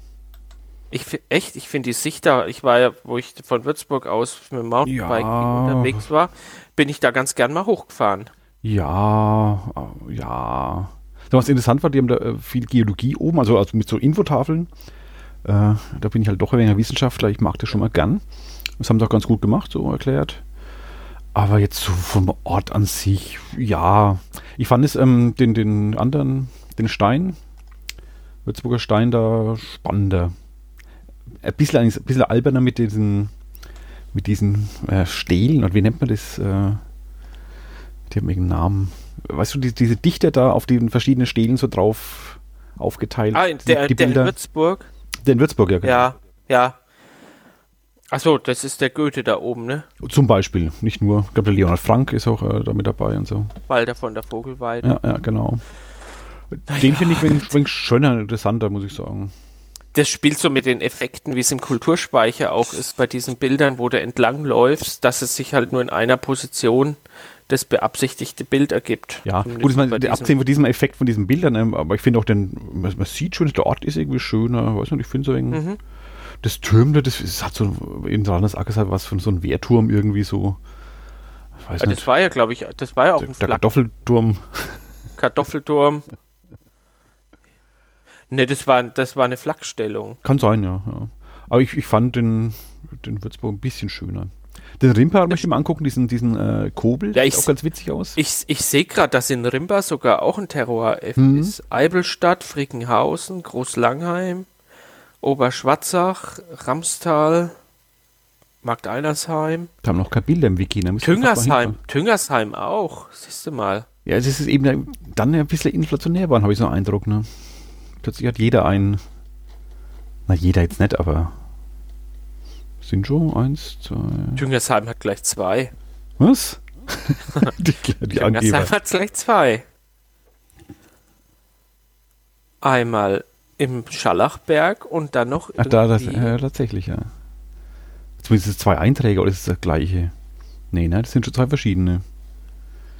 Speaker 1: Ich fi- echt, ich finde die Sicht da, ich war ja, wo ich von Würzburg aus mit dem Mountainbike
Speaker 2: Ja.
Speaker 1: unterwegs war, bin ich da ganz gern mal hochgefahren.
Speaker 2: Ja, äh, ja. So, Was interessant war, die haben da äh, viel Geologie oben, also, also mit so Infotafeln. Äh, da bin ich halt doch ein wenig ein Wissenschaftler, ich mag das schon mal gern. Das haben sie auch ganz gut gemacht, so erklärt. Aber jetzt so vom Ort an sich, ja. Ich fand es, ähm, den, den anderen, den Stein, Würzburger Stein, da spannender. Ein bisschen, ein bisschen alberner mit diesen, mit diesen äh, Stelen, und wie nennt man das? Äh, die haben irgendeinen Namen. Weißt du, die, diese Dichter da auf den verschiedenen Stelen so drauf aufgeteilt.
Speaker 1: Ah, in, der, der in Würzburg?
Speaker 2: den Würzburg, ja, genau.
Speaker 1: Ja, ja. Achso, das ist der Goethe da oben, ne?
Speaker 2: Zum Beispiel, nicht nur. Ich glaube, der Leonhard Frank ist auch äh, da mit dabei und so.
Speaker 1: Walter von der Vogelweide.
Speaker 2: Ja, ja, genau. Den finde ich wenig, wenig schöner, interessanter, muss ich sagen.
Speaker 1: Das spielt so mit den Effekten, wie es im Kulturspeicher auch ist, bei diesen Bildern, wo du entlang läufst, dass es sich halt nur in einer Position das beabsichtigte Bild ergibt.
Speaker 2: Ja,
Speaker 1: Zumindest
Speaker 2: gut, ich meine,
Speaker 1: bei diesem-
Speaker 2: abgesehen von diesem Effekt von diesen Bildern, ähm, aber ich finde auch den, man, man sieht schon, der Ort ist irgendwie schöner, weiß nicht, ich finde so ein wenig-
Speaker 1: Mhm.
Speaker 2: das Türmle, das ist, hat so, in Randers Ackers hat was von so einem Wehrturm irgendwie so, weiß
Speaker 1: Ah,
Speaker 2: nicht,
Speaker 1: das war ja, glaube ich, das war ja auch ein
Speaker 2: der
Speaker 1: Flak
Speaker 2: Kartoffelturm.
Speaker 1: Kartoffelturm. Ne, das war, das war eine Flakstellung.
Speaker 2: Kann sein, ja. ja. Aber ich, ich fand den, den Würzburg ein bisschen schöner. Den Rimper möchte ich mal angucken, diesen, diesen äh, Kobel.
Speaker 1: Ja,
Speaker 2: sieht
Speaker 1: ich-
Speaker 2: auch ganz witzig aus.
Speaker 1: Ich, ich sehe gerade, dass in Rimba sogar auch ein Terror F
Speaker 2: Mhm.
Speaker 1: ist. Eibelstadt, Frickenhausen, Großlangheim, Oberschwatzach, Ramstal, Markteilersheim,
Speaker 2: Da haben noch keine Bilder im Wiki. Ne? Müssen wir einfach mal
Speaker 1: Tüngersheim,
Speaker 2: hinfahren.
Speaker 1: Tüngersheim auch, siehst du mal.
Speaker 2: Ja, es ist eben äh, dann ein bisschen inflationär geworden, habe ich so einen Eindruck. Ne? Plötzlich hat jeder einen. Na, jeder jetzt nicht, aber. Sind schon eins, zwei.
Speaker 1: Tüngersheim hat gleich zwei.
Speaker 2: Was? die die Angeber.
Speaker 1: Tüngersheim hat gleich zwei. Einmal im Schallachberg und dann noch
Speaker 2: Ach, da, das,
Speaker 1: irgendwie-
Speaker 2: äh, tatsächlich, ja. Zumindest sind es zwei Einträge oder ist es das gleiche? Nee, ne, das sind schon zwei verschiedene.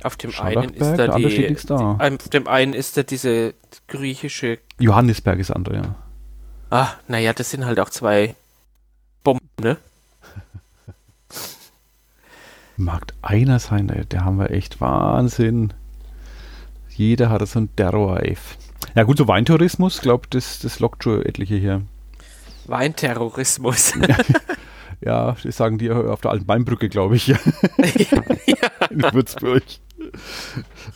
Speaker 1: auf dem einen
Speaker 2: Schallachberg,
Speaker 1: ist da
Speaker 2: der andere steht
Speaker 1: die,
Speaker 2: nichts da.
Speaker 1: auf dem einen ist da diese griechische
Speaker 2: Johannisberg ist andere, ja.
Speaker 1: Ah, naja, das sind halt auch zwei Bomben, ne?
Speaker 2: Mag einer sein, der, der haben wir echt Wahnsinn. Jeder hat so einen Terror F. Ja gut, so Weintourismus, glaube das, das lockt schon etliche hier.
Speaker 1: Weinterrorismus.
Speaker 2: Ja, das sagen die auf der alten Weinbrücke, glaube ich, in Würzburg.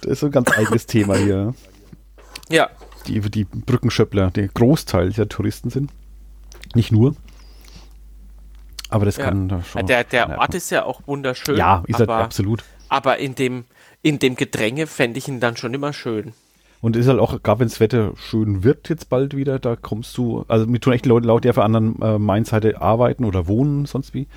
Speaker 2: Das ist so ein ganz eigenes Thema hier.
Speaker 1: ja,
Speaker 2: Die, die Brückenschöppler, der Großteil der Touristen sind. Nicht nur. Aber das
Speaker 1: Ja. Ah,
Speaker 2: kann da schon.
Speaker 1: der, der
Speaker 2: Ja,
Speaker 1: Ort ist ja auch wunderschön.
Speaker 2: Ja, ist er
Speaker 1: aber,
Speaker 2: absolut.
Speaker 1: aber in dem in dem Gedränge fände ich ihn dann schon immer schön.
Speaker 2: Und ist halt auch, gerade wenn das Wetter schön wird jetzt bald wieder, da kommst du, also mir tun echt Leute laut, die auf der anderen äh, Mainseite arbeiten oder wohnen, sonst wie,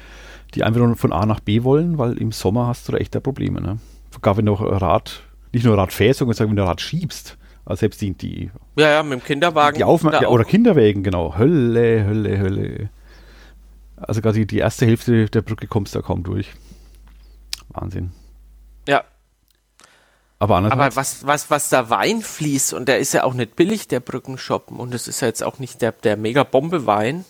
Speaker 2: die einfach nur von A nach B wollen, weil im Sommer hast du da echt da Probleme. Ne? Gar wenn du auch Rad, nicht nur Rad fährst, sondern wenn du Rad schiebst, also selbst die, die,
Speaker 1: Ja, ja, mit dem Kinderwagen.
Speaker 2: die Aufmer
Speaker 1: da
Speaker 2: ja,
Speaker 1: auch-
Speaker 2: oder Kinderwägen, genau, Hölle, Hölle, Hölle. Also quasi die erste Hälfte der Brücke kommst du da kaum durch. Wahnsinn.
Speaker 1: ja.
Speaker 2: Aber anders
Speaker 1: Aber was, was, was da Wein fließt, und der ist ja auch nicht billig, der Brückenschoppen, und das ist ja jetzt auch nicht der, der Mega-Bombe-Wein.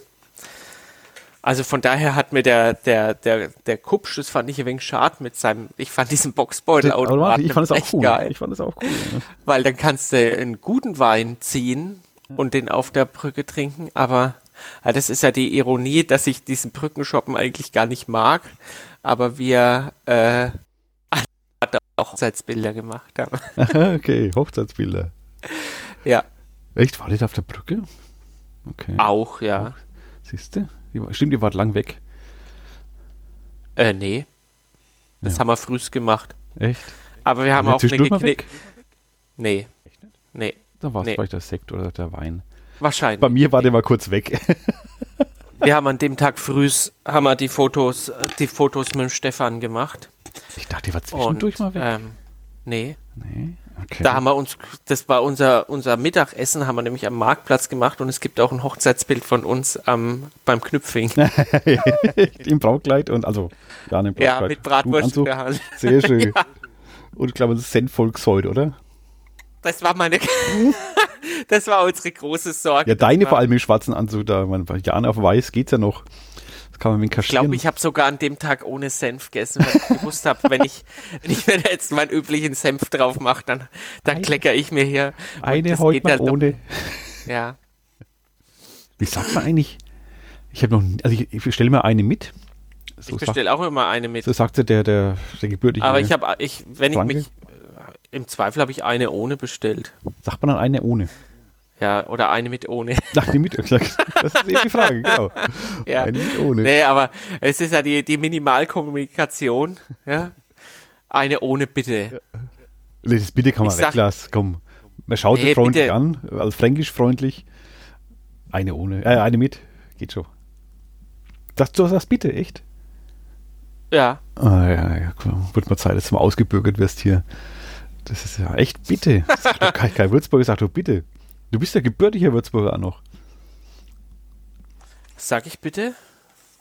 Speaker 1: Also von daher hat mir der, der, der, der Kupsch, das fand ich ein wenig schade mit seinem, ich fand diesen Boxbeutel
Speaker 2: aber warte, ich fand es auch
Speaker 1: echt
Speaker 2: cool.
Speaker 1: geil.
Speaker 2: Ich fand es auch cool. Ne?
Speaker 1: Weil dann kannst du einen guten Wein ziehen und den auf der Brücke trinken, aber ja, das ist ja die Ironie, dass ich diesen Brückenschoppen eigentlich gar nicht mag, aber wir äh, hat auch Hochzeitsbilder gemacht haben.
Speaker 2: Aha, ne? okay, Hochzeitsbilder.
Speaker 1: Ja,
Speaker 2: Echt? War das auf der Brücke? Okay.
Speaker 1: auch, ja.
Speaker 2: Siehst du? Die war- Stimmt, ihr wart lang weg.
Speaker 1: Äh, nee. Das haben wir frühst gemacht.
Speaker 2: Echt?
Speaker 1: Aber wir haben
Speaker 2: wir
Speaker 1: auch eine
Speaker 2: zwischendurch mal
Speaker 1: geknick.
Speaker 2: weg?
Speaker 1: Nee. Nee.
Speaker 2: Da war es
Speaker 1: Nee.
Speaker 2: vielleicht der Sekt oder der Wein. Bei
Speaker 1: Wahrscheinlich.
Speaker 2: mir war der mal kurz weg.
Speaker 1: Wir haben an dem Tag frühs haben wir die Fotos, äh, die Fotos mit dem Stefan gemacht.
Speaker 2: Ich dachte, der war
Speaker 1: Und,
Speaker 2: zwischendurch mal weg.
Speaker 1: Ähm, nee.
Speaker 2: nee. Okay.
Speaker 1: Da haben wir uns, das war unser, unser Mittagessen, haben wir nämlich am Marktplatz gemacht und es gibt auch ein Hochzeitsbild von uns am, beim Knüpfing.
Speaker 2: Im Brautkleid und also ja, im
Speaker 1: Ja, mit Bratwurst in
Speaker 2: Anzug.
Speaker 1: der Hand.
Speaker 2: Sehr schön. Und ich glaube, das ist Sendvolksheut, oder?
Speaker 1: Das war meine, das war unsere große Sorge.
Speaker 2: Ja, deine vor allem im schwarzen Anzug, da man bei Jan auf weiß geht's ja noch. Das kann man mit
Speaker 1: Ich
Speaker 2: kaschieren.
Speaker 1: glaube, ich habe sogar an dem Tag ohne Senf gegessen, weil ich gewusst habe, wenn ich, wenn ich mir da jetzt meinen üblichen Senf drauf mache, dann, dann klecker ich mir hier. Und
Speaker 2: eine
Speaker 1: das
Speaker 2: heute
Speaker 1: geht
Speaker 2: mal
Speaker 1: halt doch-
Speaker 2: ohne.
Speaker 1: Ja.
Speaker 2: Wie sagt man eigentlich? Ich habe noch, nie- also ich, ich stelle mir eine mit. So
Speaker 1: Ich
Speaker 2: sagt,
Speaker 1: bestelle auch immer eine mit.
Speaker 2: so sagte der, der, der gebürtige.
Speaker 1: Aber ich habe, ich, wenn ich
Speaker 2: Franke?
Speaker 1: mich, äh, im Zweifel habe ich eine ohne bestellt.
Speaker 2: sagt man dann eine ohne?
Speaker 1: Ja, oder eine mit ohne.
Speaker 2: Nach dem mit. Das ist eben die Frage, genau.
Speaker 1: Ja.
Speaker 2: Eine mit ohne.
Speaker 1: Nee, aber es ist ja die, die Minimalkommunikation. Ja? Eine ohne bitte.
Speaker 2: Nee, das bitte kann man
Speaker 1: Ich sag-
Speaker 2: weglassen. Komm, man schaut
Speaker 1: Nee,
Speaker 2: es freundlich
Speaker 1: bitte.
Speaker 2: an, also fränkisch freundlich. Eine ohne, äh, eine mit, geht schon. Das, du sagst bitte, echt?
Speaker 1: Ja.
Speaker 2: Ah, ja, ja, komm, wird mal Zeit, dass du mal ausgebürgert wirst hier. Das ist ja echt bitte. Sag doch kein, kein Würzburger, sag doch bitte. Du bist ja gebürtiger Würzburger auch noch.
Speaker 1: Sag ich bitte?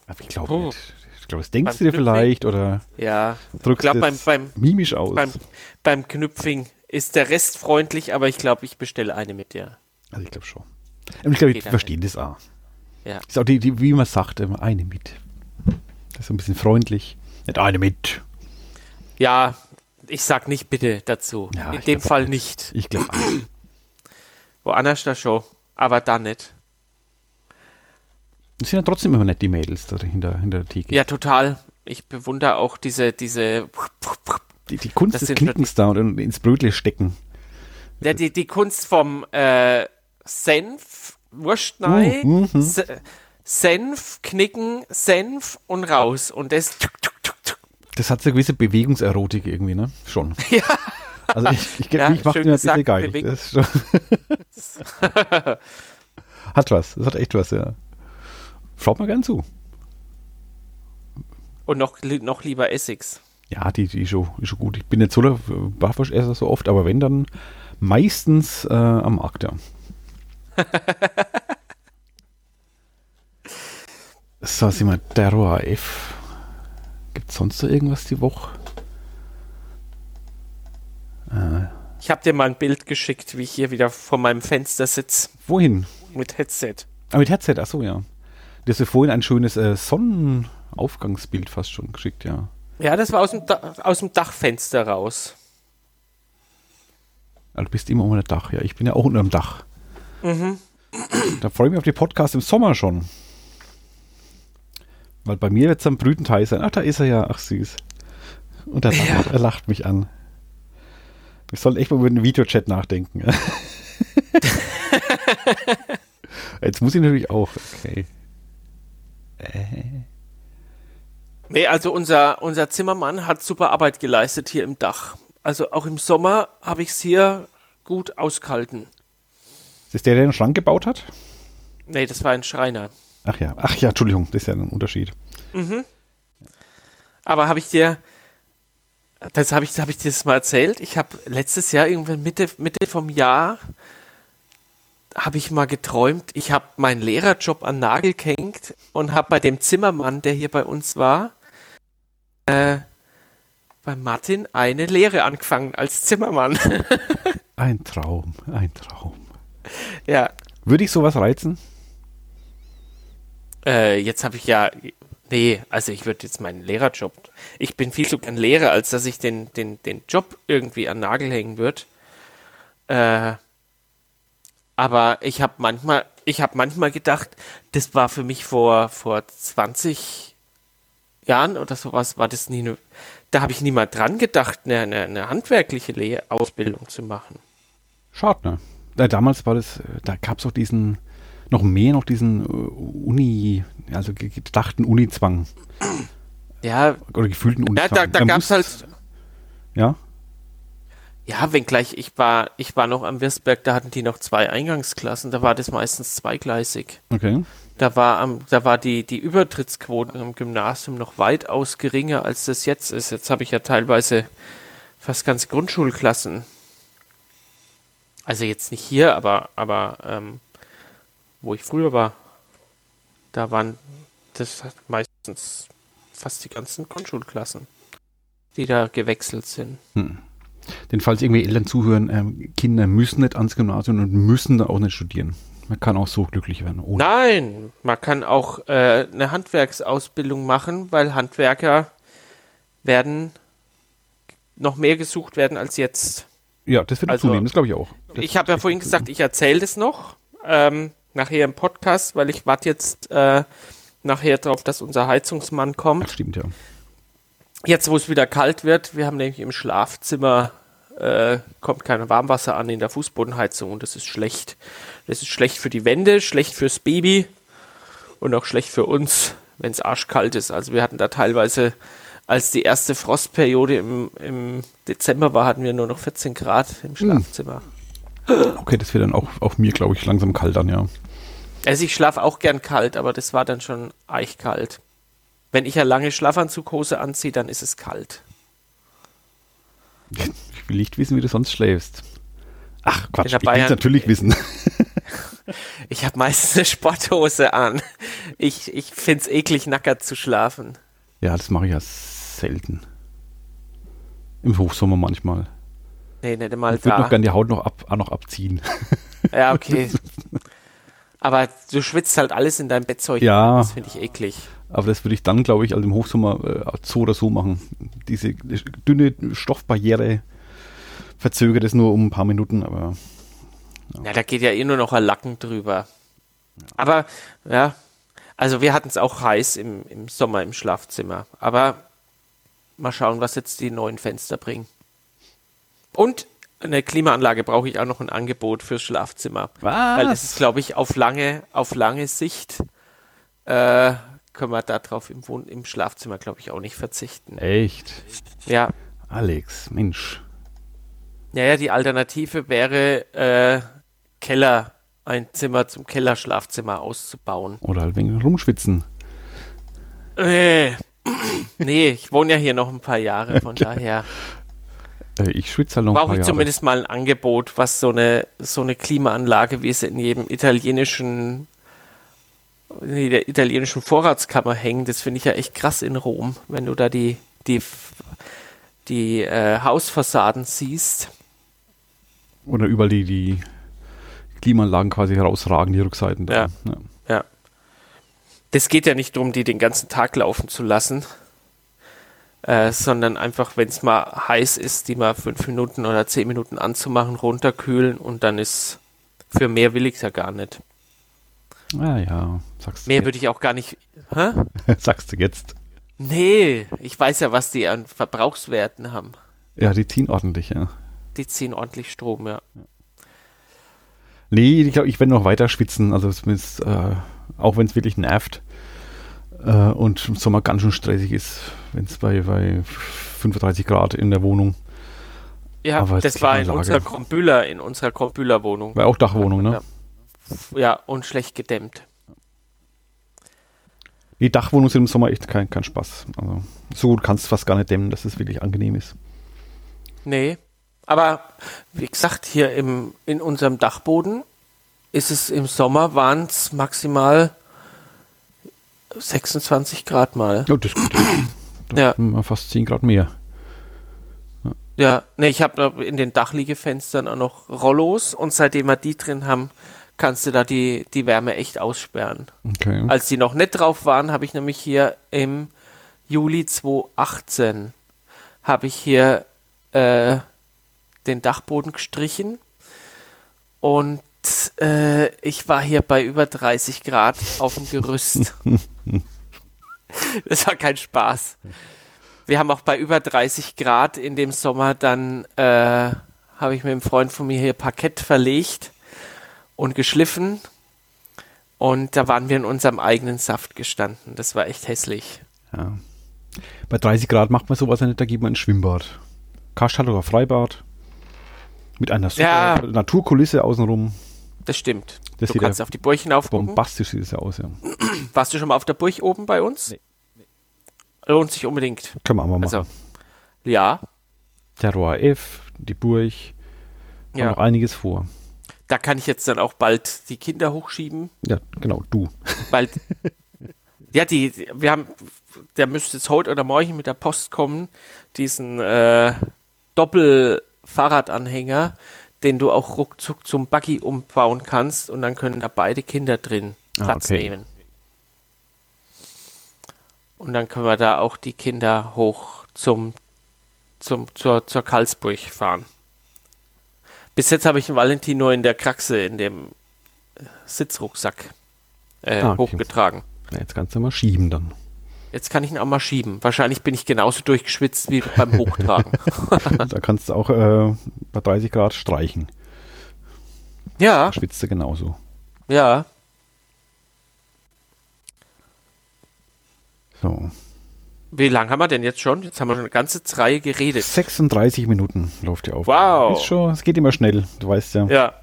Speaker 2: Aber ich glaube
Speaker 1: Oh.
Speaker 2: nicht. Ich glaube, das denkst
Speaker 1: Beim
Speaker 2: du dir
Speaker 1: Glück
Speaker 2: vielleicht oder
Speaker 1: Ja.
Speaker 2: drückst
Speaker 1: glaub,
Speaker 2: es
Speaker 1: beim- beim-
Speaker 2: mimisch aus.
Speaker 1: Beim, beim Knüpfing ist der Rest freundlich, aber ich glaube, ich bestelle eine mit dir.
Speaker 2: also ich glaube schon. Und ich glaube, die
Speaker 1: Geht
Speaker 2: verstehen das auch.
Speaker 1: Ja.
Speaker 2: Ist auch die, die wie man sagt, immer eine mit. Das ist so ein bisschen freundlich. Nicht eine mit.
Speaker 1: Ja, ich sag nicht bitte dazu.
Speaker 2: Ja,
Speaker 1: In
Speaker 2: ich
Speaker 1: dem
Speaker 2: glaub
Speaker 1: Fall
Speaker 2: auch.
Speaker 1: nicht.
Speaker 2: Ich glaube,
Speaker 1: Woanders da schon. Aber da nicht.
Speaker 2: das sind ja trotzdem immer nett die Mädels da hinter, hinter der Theke.
Speaker 1: Ja, total. Ich bewundere auch diese, diese,
Speaker 2: Die, die Kunst
Speaker 1: Das
Speaker 2: des
Speaker 1: sind
Speaker 2: Knickens da und in- ins Brötle stecken.
Speaker 1: ja, die, die Kunst vom äh, Senf, Wurstnei,
Speaker 2: Mhm, mhm.
Speaker 1: Se Senf, Knicken, Senf und raus. Und das. Tuk, tuk, tuk, tuk.
Speaker 2: Das hat so eine gewisse Bewegungserotik irgendwie, ne? Schon. Ja. Also ich, ich, ich,
Speaker 1: Ja,
Speaker 2: ich mache
Speaker 1: schön
Speaker 2: mir ein
Speaker 1: gesagt,
Speaker 2: bisschen geil.
Speaker 1: Bewegung.
Speaker 2: Das ist schon hat was. Das hat echt was, ja. Schaut mal gern zu.
Speaker 1: Und noch, li- noch lieber Essex.
Speaker 2: Ja, die, die ist, schon, ist schon gut. Ich bin nicht so der Barfußesser so oft, aber wenn, dann meistens äh, am Markt, ja. so, sind wir Terror F. Gibt es sonst noch irgendwas die Woche?
Speaker 1: Ich habe dir mal ein Bild geschickt, wie ich hier wieder vor meinem Fenster sitze
Speaker 2: Wohin?
Speaker 1: mit Headset.
Speaker 2: Ah, mit Headset, achso, ja. Du hast ja vorhin ein schönes äh, Sonnenaufgangsbild fast schon geschickt, ja.
Speaker 1: Ja, das war aus dem, da aus dem Dachfenster raus.
Speaker 2: Ah, Du bist immer unter dem Dach, ja. Ich bin ja auch unter dem Dach. Da freue ich mich auf die Podcasts im Sommer schon. Weil bei mir wird es am Brütenteil sein. Ach, da ist er ja. Ach, süß. Und er lacht, er lacht mich an. Wir sollten echt mal über den Videochat nachdenken. Jetzt muss ich natürlich auch. Okay.
Speaker 1: Nee, also unser, unser Zimmermann hat super Arbeit geleistet hier im Dach. Also auch im Sommer habe ich es hier gut ausgehalten.
Speaker 2: Ist das der, der den Schrank gebaut hat?
Speaker 1: Nee, das war ein Schreiner.
Speaker 2: Ach ja. Ach ja, Entschuldigung. Das ist ja ein Unterschied.
Speaker 1: Aber habe ich dir, das habe ich, habe ich dir das mal erzählt. Ich habe letztes Jahr irgendwann Mitte, Mitte vom Jahr habe ich mal geträumt, ich habe meinen Lehrerjob an Nagel gehängt und habe bei dem Zimmermann, der hier bei uns war, äh, bei Martin eine Lehre angefangen als Zimmermann.
Speaker 2: Ein Traum. Ein Traum.
Speaker 1: ja,
Speaker 2: Würde ich sowas reizen?
Speaker 1: äh, jetzt habe ich ja, nee, also ich würde jetzt meinen Lehrerjob, ich bin viel zu gern Lehrer, als dass ich den, den, den Job irgendwie an Nagel hängen würde. Äh, aber ich habe manchmal, ich habe manchmal gedacht, das war für mich vor, vor 20 Jahren oder sowas, war das nie eine, da habe ich niemand dran gedacht, eine, eine, eine handwerkliche Lehr Ausbildung zu machen.
Speaker 2: Schade, ne? Ja, damals war das, äh, da gab es auch diesen, noch mehr noch diesen äh, Uni, also ge- gedachten Uni-Zwang.
Speaker 1: Ja,
Speaker 2: Oder gefühlten
Speaker 1: da, da,
Speaker 2: Unfall.
Speaker 1: da gab's halt,
Speaker 2: Ja,
Speaker 1: ja, wenngleich ich war, ich war noch am Wirsberg, da hatten die noch zwei Eingangsklassen, da war das meistens zweigleisig.
Speaker 2: okay.
Speaker 1: Da war am, da war die, die Übertrittsquoten am Gymnasium noch weitaus geringer, als das jetzt ist. Jetzt habe ich ja teilweise fast ganze Grundschulklassen. Also jetzt nicht hier, aber, aber ähm, wo ich früher war, da waren das hat meistens fast die ganzen Grundschulklassen, die da gewechselt sind.
Speaker 2: Denn falls irgendwie Eltern zuhören, ähm, Kinder müssen nicht ans Gymnasium und müssen da auch nicht studieren. Man kann auch so glücklich werden. Ohne.
Speaker 1: Nein, man kann auch äh, eine Handwerksausbildung machen, weil Handwerker werden noch mehr gesucht werden als jetzt.
Speaker 2: Ja, das wird
Speaker 1: Also-
Speaker 2: zunehmen, das glaube ich auch. Das
Speaker 1: Ich habe ja vorhin gesagt, ich erzähle das noch ähm, nachher im Podcast, weil ich warte jetzt äh, nachher drauf, dass unser Heizungsmann
Speaker 2: Ach,
Speaker 1: kommt.
Speaker 2: stimmt, ja.
Speaker 1: Jetzt, wo es wieder kalt wird, wir haben nämlich im Schlafzimmer äh, kommt kein Warmwasser an in der Fußbodenheizung und das ist schlecht. Das ist schlecht für die Wände, schlecht fürs Baby und auch schlecht für uns, wenn es arschkalt ist. Also wir hatten da teilweise, als die erste Frostperiode im, im Dezember war, hatten wir nur noch 14 Grad im Schlafzimmer.
Speaker 2: Okay, das wird dann auch, auch mir, glaube ich, langsam kalt dann, ja.
Speaker 1: Also ich schlafe auch gern kalt, aber das war dann schon eichkalt. Wenn ich ja lange Schlafanzughose anziehe, dann ist es kalt.
Speaker 2: Ich will nicht wissen, wie du sonst schläfst. Ach, Quatsch,
Speaker 1: In
Speaker 2: ich
Speaker 1: der
Speaker 2: will es
Speaker 1: Bayern-
Speaker 2: natürlich wissen.
Speaker 1: Ich habe meistens eine Sporthose an. Ich, ich find's eklig, nackert zu schlafen.
Speaker 2: Ja, das mache ich ja selten. Im Hochsommer manchmal.
Speaker 1: Nee, nicht mal
Speaker 2: Ich würde noch
Speaker 1: da.
Speaker 2: gerne die Haut noch, ab, auch noch abziehen.
Speaker 1: Ja, okay. Aber du schwitzt halt alles in deinem Bettzeug.
Speaker 2: Ja.
Speaker 1: Das finde ich eklig.
Speaker 2: Aber das würde ich dann, glaube ich, also im Hochsommer äh, so oder so machen. Diese dünne Stoffbarriere verzögert es nur um ein paar Minuten, aber
Speaker 1: Ja, da geht ja eh nur noch ein Lacken drüber. Aber, ja, also wir hatten's auch heiß im, im Sommer im Schlafzimmer. Aber mal schauen, was jetzt die neuen Fenster bringen. Und eine Klimaanlage brauche ich auch noch ein Angebot fürs Schlafzimmer.
Speaker 2: Was?
Speaker 1: Weil das ist, glaube ich, auf lange, auf lange Sicht äh, können wir darauf im, Wohn im Schlafzimmer, glaube ich, auch nicht verzichten.
Speaker 2: echt.
Speaker 1: Ja,
Speaker 2: Alex, Mensch.
Speaker 1: Naja, die Alternative wäre, äh, Keller, ein Zimmer zum Kellerschlafzimmer auszubauen.
Speaker 2: Oder halt wegen rumschwitzen.
Speaker 1: Äh, nee, ich wohne ja hier noch ein paar Jahre, von daher
Speaker 2: Äh, ich schwitze halt noch ein
Speaker 1: brauche
Speaker 2: paar
Speaker 1: ich
Speaker 2: Jahre.
Speaker 1: zumindest mal ein Angebot, was so eine, so eine Klimaanlage, wie es in jedem italienischen, in der italienischen Vorratskammer hängt. Das finde ich ja echt krass in Rom, wenn du da die, die, die äh, Hausfassaden siehst.
Speaker 2: Oder überall die, die Klimaanlagen quasi herausragen, die Rückseiten. Da.
Speaker 1: Ja. Ja. Das geht ja nicht darum, die den ganzen Tag laufen zu lassen, äh, sondern einfach, wenn es mal heiß ist, die mal fünf Minuten oder zehn Minuten anzumachen, runterkühlen und dann ist für mehr will ich ja gar nicht.
Speaker 2: Ah ja, sagst du
Speaker 1: Mehr
Speaker 2: jetzt.
Speaker 1: würde ich auch gar nicht. Hä?
Speaker 2: sagst du jetzt.
Speaker 1: Nee, ich weiß ja, was die an Verbrauchswerten haben.
Speaker 2: Ja, die ziehen ordentlich, ja.
Speaker 1: Die ziehen ordentlich Strom, ja.
Speaker 2: Nee, ich glaube, ich werde noch weiter schwitzen. Also zumindest, äh, auch wenn es wirklich nervt äh, und im Sommer ganz schön stressig ist, wenn es bei, bei 35 Grad in der Wohnung,
Speaker 1: Ja,
Speaker 2: Aber um jetzt
Speaker 1: das war in
Speaker 2: Klimaanlage.
Speaker 1: unserer Krombühler, in unserer Krombühler-Wohnung.
Speaker 2: war auch Dachwohnung, ne?
Speaker 1: Ja. Ja, und schlecht gedämmt.
Speaker 2: Die Dachwohnungen sind im Sommer echt kein, kein Spaß. Also so gut kannst du fast gar nicht dämmen, dass es wirklich angenehm ist.
Speaker 1: Nee. Aber wie gesagt, hier im, in unserem Dachboden ist es im Sommer waren es maximal 26 Grad mal.
Speaker 2: Ja, das ist gut.
Speaker 1: Ja.
Speaker 2: Haben wir fast 10 Grad mehr.
Speaker 1: Ja, nee, ich habe in den Dachliegefenstern auch noch Rollos und seitdem wir die drin haben, kannst du da die, die Wärme echt aussperren.
Speaker 2: Okay.
Speaker 1: Als die noch nicht drauf waren, habe ich nämlich hier im Juli 2018 habe ich hier äh, den Dachboden gestrichen und äh, ich war hier bei über 30 Grad auf dem Gerüst. das war kein Spaß. Wir haben auch bei über 30 Grad in dem Sommer dann äh, habe ich mit einem Freund von mir hier Parkett verlegt und geschliffen und da waren wir in unserem eigenen Saft gestanden. Das war echt hässlich.
Speaker 2: Ja. Bei 30 Grad macht man sowas ja nicht, da geht man ins Schwimmbad. Karstadt oder Freibad. Mit einer super
Speaker 1: Ja. Mhm.
Speaker 2: Naturkulisse außenrum.
Speaker 1: Das stimmt.
Speaker 2: Das
Speaker 1: du
Speaker 2: sieht
Speaker 1: kannst
Speaker 2: ja
Speaker 1: auf die Burg hinaufgucken.
Speaker 2: Bombastisch sieht es ja aus, ja.
Speaker 1: Warst du schon mal auf der Burg oben bei uns?
Speaker 2: Nee.
Speaker 1: Lohnt sich unbedingt.
Speaker 2: Können wir auch mal machen.
Speaker 1: Also, ja,
Speaker 2: Terror F, die Burg. haben
Speaker 1: Ja.
Speaker 2: noch einiges vor.
Speaker 1: da kann ich jetzt dann auch bald die Kinder hochschieben,
Speaker 2: Ja, genau, du.
Speaker 1: bald. ja, die, die- wir haben, der müsste jetzt heute oder morgen mit der Post kommen, diesen äh, Doppel-Fahrradanhänger, den du auch ruckzuck zum Buggy umbauen kannst und dann können da beide Kinder drin
Speaker 2: Ah,
Speaker 1: Platz
Speaker 2: okay.
Speaker 1: nehmen. Und dann können wir da auch die Kinder hoch zum, zum, zur, zur Karlsburg fahren. Bis jetzt habe ich den Valentin nur in der Kraxe, in dem äh, Sitzrucksack äh,
Speaker 2: Ah, okay.
Speaker 1: hochgetragen.
Speaker 2: Ja, jetzt kannst du mal schieben dann.
Speaker 1: Jetzt kann ich ihn auch mal schieben. Wahrscheinlich bin ich genauso durchgeschwitzt wie beim Hochtragen.
Speaker 2: da kannst du auch äh, bei 30 Grad streichen.
Speaker 1: ja,
Speaker 2: Schwitzt du genauso.
Speaker 1: ja.
Speaker 2: So.
Speaker 1: Wie lange haben wir denn jetzt schon? Jetzt haben wir schon eine ganze Reihe geredet.
Speaker 2: 36 Minuten läuft die auf.
Speaker 1: Wow.
Speaker 2: Ist schon, es geht immer schnell, du weißt ja. Ja,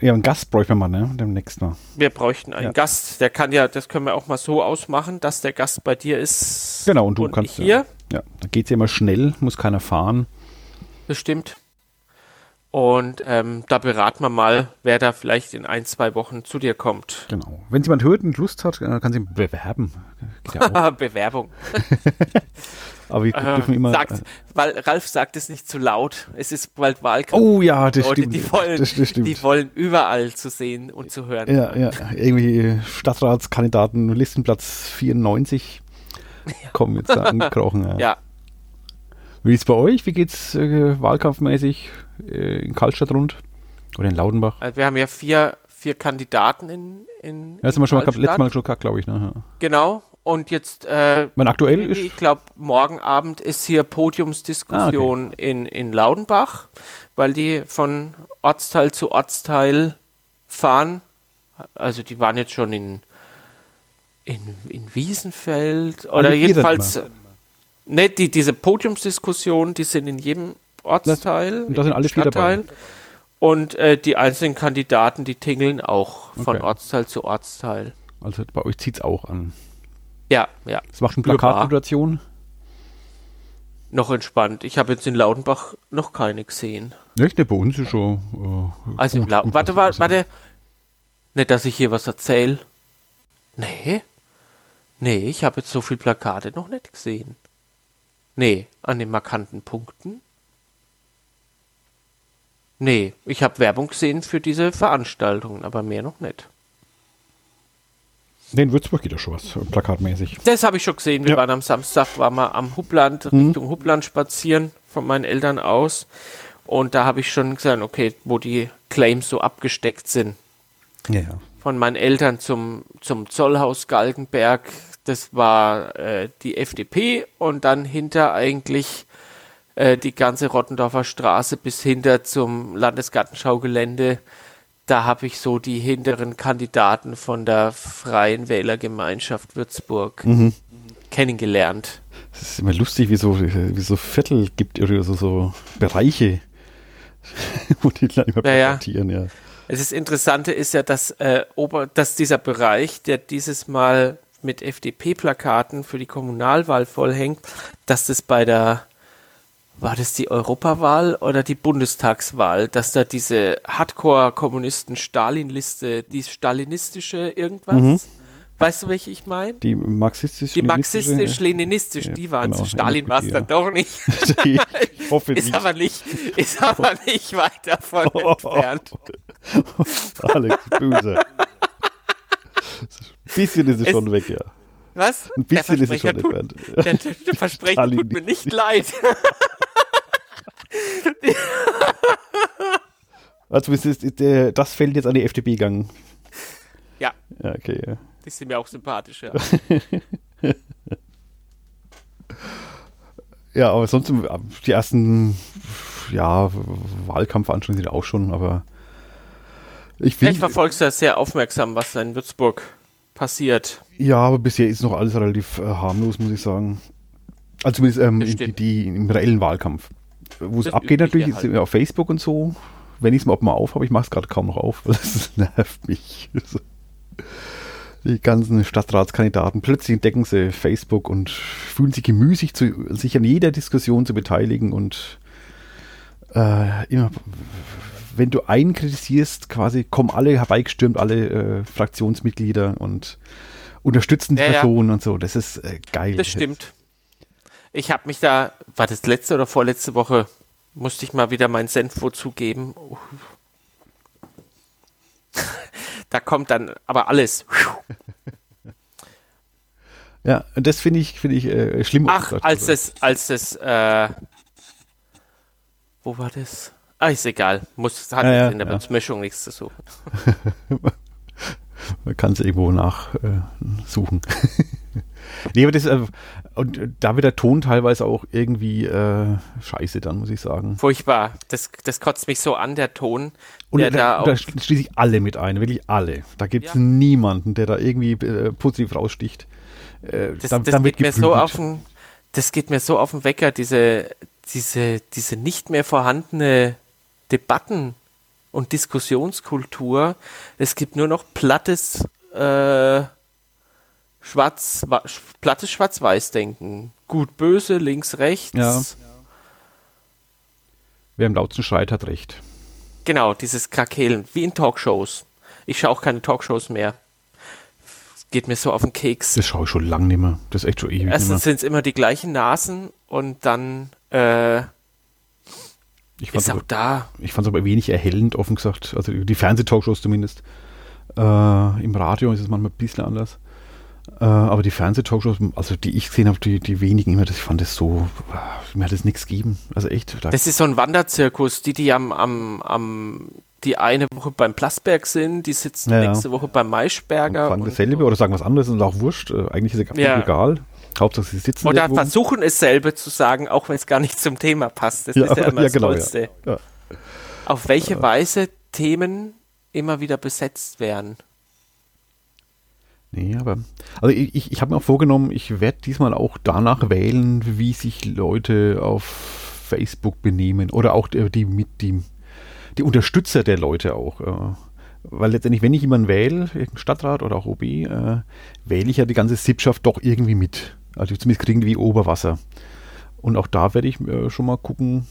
Speaker 1: Ja,
Speaker 2: einen Gast bräuchten wir mal, ne? Demnächst mal.
Speaker 1: wir bräuchten einen
Speaker 2: Ja.
Speaker 1: Gast. Der kann ja, das können wir auch mal so ausmachen, dass der Gast bei dir ist.
Speaker 2: Genau, und du kannst.
Speaker 1: hier.
Speaker 2: Ja, ja da geht es ja immer schnell, muss keiner fahren.
Speaker 1: Bestimmt. Und ähm, da beraten wir mal, wer da vielleicht in ein, zwei Wochen zu dir kommt.
Speaker 2: Genau. Wenn jemand hört und Lust hat, äh, kann sie ihn bewerben. Geht ja auch.
Speaker 1: Bewerbung.
Speaker 2: Aber wir dürfen
Speaker 1: Ähm,
Speaker 2: immer.
Speaker 1: sagt,
Speaker 2: äh,
Speaker 1: weil Ralf sagt es nicht zu laut. Es ist bald Wahlkampf.
Speaker 2: oh ja, das
Speaker 1: Leute,
Speaker 2: stimmt.
Speaker 1: die wollen,
Speaker 2: das, das stimmt.
Speaker 1: die wollen überall zu sehen und zu hören.
Speaker 2: Ja, ja, irgendwie Stadtratskandidaten, Listenplatz 94 kommen jetzt da angekrochen. Ja.
Speaker 1: Ja,
Speaker 2: Wie ist bei euch? Wie geht's äh, wahlkampfmäßig äh, in Kaltstadt rund? Oder in Laudenbach?
Speaker 1: also wir haben ja vier, vier Kandidaten in, in,
Speaker 2: Ja, das haben
Speaker 1: in
Speaker 2: wir schon mal gehabt, letztes
Speaker 1: Altstadt.
Speaker 2: Mal schon gehabt, glaube ich. Ne? Ja.
Speaker 1: Genau. Und jetzt, äh,
Speaker 2: Mein aktuell ist.
Speaker 1: ich glaube, morgen Abend ist hier
Speaker 2: Ah,
Speaker 1: Podiumsdiskussion in, in Laudenbach, weil die von Ortsteil zu Ortsteil fahren. Also die waren jetzt schon in, in, in Wiesenfeld oder
Speaker 2: wir sind
Speaker 1: jedenfalls. Ne, die, diese Podiumsdiskussion, die sind in jedem Ortsteil,
Speaker 2: und da sind alle vier dabei.
Speaker 1: Stadtteil. Und äh, die einzelnen Kandidaten, die tingeln auch von
Speaker 2: Okay.
Speaker 1: Ortsteil zu Ortsteil.
Speaker 2: Also bei euch zieht's auch an.
Speaker 1: Ja, ja.
Speaker 2: Das macht eine
Speaker 1: Überall.
Speaker 2: Plakatmoderation.
Speaker 1: Noch entspannt. Ich habe jetzt in Laudenbach noch keine gesehen.
Speaker 2: Nicht, ne, bei uns ist schon. Äh,
Speaker 1: Also in
Speaker 2: gut,
Speaker 1: Laudenbach.
Speaker 2: gut,
Speaker 1: Warte,
Speaker 2: was-
Speaker 1: warte, warte. Nicht, dass ich hier was erzähle. Nee. Nee, ich habe jetzt so viel Plakate noch nicht gesehen. Nee, an den markanten Punkten. Nee, ich habe Werbung gesehen für diese Veranstaltungen, aber mehr noch nicht.
Speaker 2: Nee, in Würzburg geht ja schon was, äh, plakatmäßig.
Speaker 1: Das habe ich schon gesehen. Wir
Speaker 2: Ja.
Speaker 1: waren am Samstag, waren wir am Hubland, Richtung Hubland spazieren, von meinen Eltern aus. Und da habe ich schon gesagt, okay, wo die Claims so abgesteckt sind.
Speaker 2: Ja, ja.
Speaker 1: Von meinen Eltern zum, zum Zollhaus Galgenberg, das war äh, die FDP und dann hinter eigentlich äh, die ganze Rottendorfer Straße bis hinter zum Landesgartenschaugelände. Da habe ich so die hinteren Kandidaten von der Freien Wählergemeinschaft Würzburg kennengelernt.
Speaker 2: Es ist immer lustig, wie so, wie so Viertel gibt oder so, so Bereiche, wo die dann immer
Speaker 1: Ja, ja.
Speaker 2: plakatieren, ja.
Speaker 1: Es ist Interessante ist ja, dass, äh, Ober, dass dieser Bereich, der dieses Mal mit FDP-Plakaten für die Kommunalwahl vollhängt, dass das bei der, war das die Europawahl oder die Bundestagswahl, dass da diese Hardcore-Kommunisten-Stalin-Liste, die stalinistische irgendwas,
Speaker 2: Mhm.
Speaker 1: weißt du, welche ich meine?
Speaker 2: Die marxistisch
Speaker 1: Die marxistisch-leninistisch, die waren
Speaker 2: genau.
Speaker 1: zu Stalin war es
Speaker 2: Ja.
Speaker 1: dann doch nicht.
Speaker 2: Die- Ich hoffe
Speaker 1: Ist
Speaker 2: nicht. Oh.
Speaker 1: aber nicht, ist aber nicht weit davon entfernt.
Speaker 2: Alex, böse. Ein bisschen ist es,
Speaker 1: Es-
Speaker 2: schon weg, ja.
Speaker 1: Was?
Speaker 2: Ein bisschen
Speaker 1: Der
Speaker 2: ist es schon
Speaker 1: Versprecher tut-
Speaker 2: entfernt.
Speaker 1: Der, der, der Versprechen tut mir nicht leid.
Speaker 2: Also es ist, ist, äh, das fällt jetzt an die FDP gegangen.
Speaker 1: Ja,
Speaker 2: Ja, okay, ja.
Speaker 1: die sind mir auch sympathisch. Ja.
Speaker 2: Ja, aber sonst ähm, die ersten ja, Wahlkampfveranstaltungen sind auch schon, aber ich
Speaker 1: Ich
Speaker 2: finde,
Speaker 1: verfolge das sehr aufmerksam, was da in Würzburg passiert.
Speaker 2: Ja, aber bisher ist noch alles relativ äh, harmlos, muss ich sagen. Also zumindest ähm,
Speaker 1: Das
Speaker 2: in- die,
Speaker 1: stimmt.
Speaker 2: die, im reellen Wahlkampf. Wo es
Speaker 1: Das
Speaker 2: abgeht
Speaker 1: Übliche
Speaker 2: natürlich, ist
Speaker 1: halt.
Speaker 2: immer auf Facebook und so. Wenn ich es mal, ob mal auf habe, ich mache es gerade kaum noch auf. Das nervt mich. Also, Die ganzen Stadtratskandidaten, plötzlich entdecken sie Facebook und fühlen sich gemüßigt, zu, sich an jeder Diskussion zu beteiligen und äh, immer, wenn du einen kritisierst, quasi kommen alle herbeigestürmt, alle äh, Fraktionsmitglieder und unterstützen die
Speaker 1: Ja, ja.
Speaker 2: Person und so. Das ist äh, geil.
Speaker 1: Das stimmt. Ich habe mich da, war das letzte oder vorletzte Woche, musste ich mal wieder meinen Senf wozu geben. Da kommt dann aber alles.
Speaker 2: Ja, und das finde ich, finde ich äh, schlimm.
Speaker 1: Ach,
Speaker 2: Also,
Speaker 1: als das, als das, äh, wo war das? Ah, ist egal. Muss, hat
Speaker 2: Ja, ja,
Speaker 1: in der
Speaker 2: ja.
Speaker 1: Mischung nichts zu suchen.
Speaker 2: Man kann es irgendwo nachsuchen. Äh, suchen. nee, aber das, äh, und äh, da wird der Ton teilweise auch irgendwie äh, scheiße, dann muss ich sagen.
Speaker 1: Furchtbar. Das, das kotzt mich so an, der Ton,
Speaker 2: Und
Speaker 1: der
Speaker 2: da,
Speaker 1: da
Speaker 2: und da
Speaker 1: auch.
Speaker 2: schl- schließe ich alle mit ein, wirklich alle. Da gibt es
Speaker 1: Ja.
Speaker 2: niemanden, der da irgendwie äh, positiv raussticht. Äh,
Speaker 1: Das,
Speaker 2: da-
Speaker 1: das
Speaker 2: dann
Speaker 1: geht mir so
Speaker 2: geprügelt.
Speaker 1: auf den, das geht mir so auf den Wecker, diese, diese, diese nicht mehr vorhandene Debatten- und Diskussionskultur. Es gibt nur noch plattes, äh, Schwarz, wa- sch- plattes Schwarz-Weiß-Denken. Gut, böse, links, rechts.
Speaker 2: Ja. Wer am lautsten schreit, hat recht.
Speaker 1: Genau, dieses Krakehlen, wie in Talkshows. Ich schaue auch keine Talkshows mehr. Es geht mir so auf den Keks.
Speaker 2: Das schaue ich schon lange nicht mehr. Das ist echt schon ewig nicht mehr.
Speaker 1: Erstens sind es Also immer die gleichen Nasen und dann äh,
Speaker 2: Ich fand's
Speaker 1: ist
Speaker 2: aber-
Speaker 1: auch da.
Speaker 2: ich fand es aber wenig erhellend, offen gesagt. Also die Fernsehtalkshows zumindest. Äh, Im Radio ist es manchmal ein bisschen anders. Äh, aber die Fernsehtalkshows, also die ich gesehen habe, die, die wenigen immer, das, ich fand das so, äh, mir hat es nichts gegeben. Also echt, da,
Speaker 1: Das ist so ein Wanderzirkus, die, die am, am, am die eine Woche beim Plasberg sind, die sitzen
Speaker 2: Ja, ja.
Speaker 1: nächste Woche beim Maischberger
Speaker 2: sagen
Speaker 1: und,
Speaker 2: dasselbe oder sagen was anderes und auch wurscht. Äh, eigentlich ist es
Speaker 1: Ja.
Speaker 2: egal. Hauptsache sie sitzen
Speaker 1: oder
Speaker 2: irgendwo.
Speaker 1: versuchen es selber zu sagen, auch wenn es gar nicht zum Thema passt. Das ist ja immer das Tollste.
Speaker 2: ja. Ja.
Speaker 1: Auf welche Weise Themen immer wieder besetzt werden.
Speaker 2: Nee, aber. Also ich, ich, ich habe mir auch vorgenommen, ich werde diesmal auch danach wählen, wie sich Leute auf Facebook benehmen oder auch die, die mit die, die Unterstützer der Leute auch. Äh, weil letztendlich, wenn ich jemanden wähle, irgendeinen Stadtrat oder auch OB, äh, wähle ich ja die ganze Sippschaft doch irgendwie mit. Also zumindest kriegen die wie Oberwasser. Und auch da werde ich äh, schon mal gucken.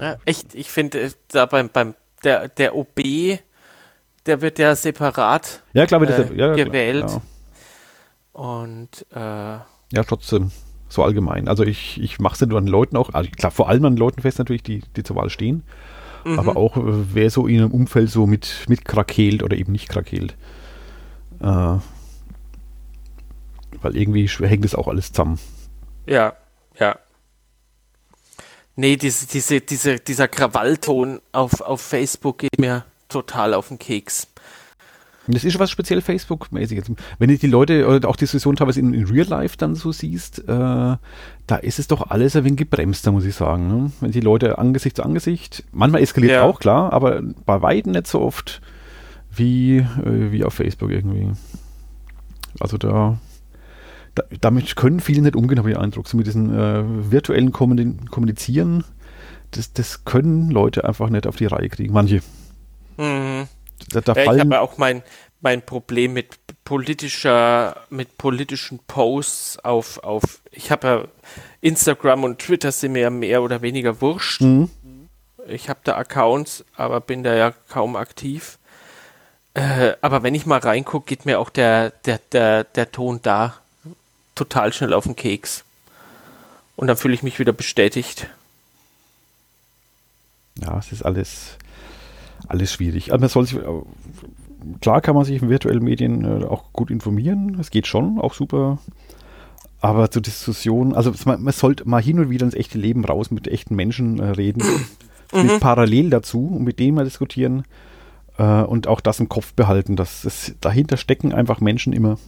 Speaker 1: Ja, echt, ich finde, äh, da beim, beim der, der OB, der wird ja separat
Speaker 2: Ja, klar, wird das-
Speaker 1: Äh,
Speaker 2: ja, ja, klar,
Speaker 1: gewählt.
Speaker 2: Ja.
Speaker 1: und äh,
Speaker 2: Ja, trotzdem, so allgemein. Also ich, ich mache es nur an Leuten auch, also klar, vor allem an Leuten fest natürlich, die, die zur Wahl stehen. Aber auch, äh, wer so in einem Umfeld so mit, mit krakeelt oder eben nicht krakeelt. Äh, weil irgendwie schw- hängt das auch alles zusammen.
Speaker 1: Ja, ja. Nee, diese, diese, diese, dieser Krawallton auf, auf Facebook geht mir total auf den Keks.
Speaker 2: Und das ist schon was speziell Facebook-mäßiges. Wenn du die Leute oder auch die Diskussion teilweise in, in Real Life dann so siehst, äh, da ist es doch alles ein wenig gebremster, muss ich sagen. Ne? Wenn die Leute Angesicht zu Angesicht, manchmal eskaliert
Speaker 1: Ja.
Speaker 2: auch, klar, aber bei Weitem nicht so oft wie, äh, wie auf Facebook irgendwie. Also da, da damit können viele nicht umgehen, habe ich den Eindruck. So mit diesem äh, virtuellen Kommuni- Kommunizieren, das, das können Leute einfach nicht auf die Reihe kriegen. Manche.
Speaker 1: Mhm.
Speaker 2: Da, da
Speaker 1: Ja, ich
Speaker 2: fallen
Speaker 1: habe auch mein, mein Problem mit politischer, mit politischen Posts auf, auf ich habe ja Instagram und Twitter sind mir ja mehr oder weniger wurscht.
Speaker 2: Mhm.
Speaker 1: Ich habe da Accounts, aber bin da ja kaum aktiv. Äh, aber wenn ich mal reingucke, geht mir auch der, der, der, der Ton da total schnell auf den Keks. Und dann fühle ich mich wieder bestätigt.
Speaker 2: Ja, es ist alles, alles schwierig. Also man soll sich, äh, klar kann man sich in virtuellen Medien äh, auch gut informieren. Es geht schon, auch super. Aber zur Diskussion, also es- man, man sollte mal hin und wieder ins echte Leben raus mit echten Menschen äh, reden. Mit parallel dazu und mit denen mal diskutieren. Äh, und auch das im Kopf behalten. Dass es, dahinter stecken einfach Menschen immer.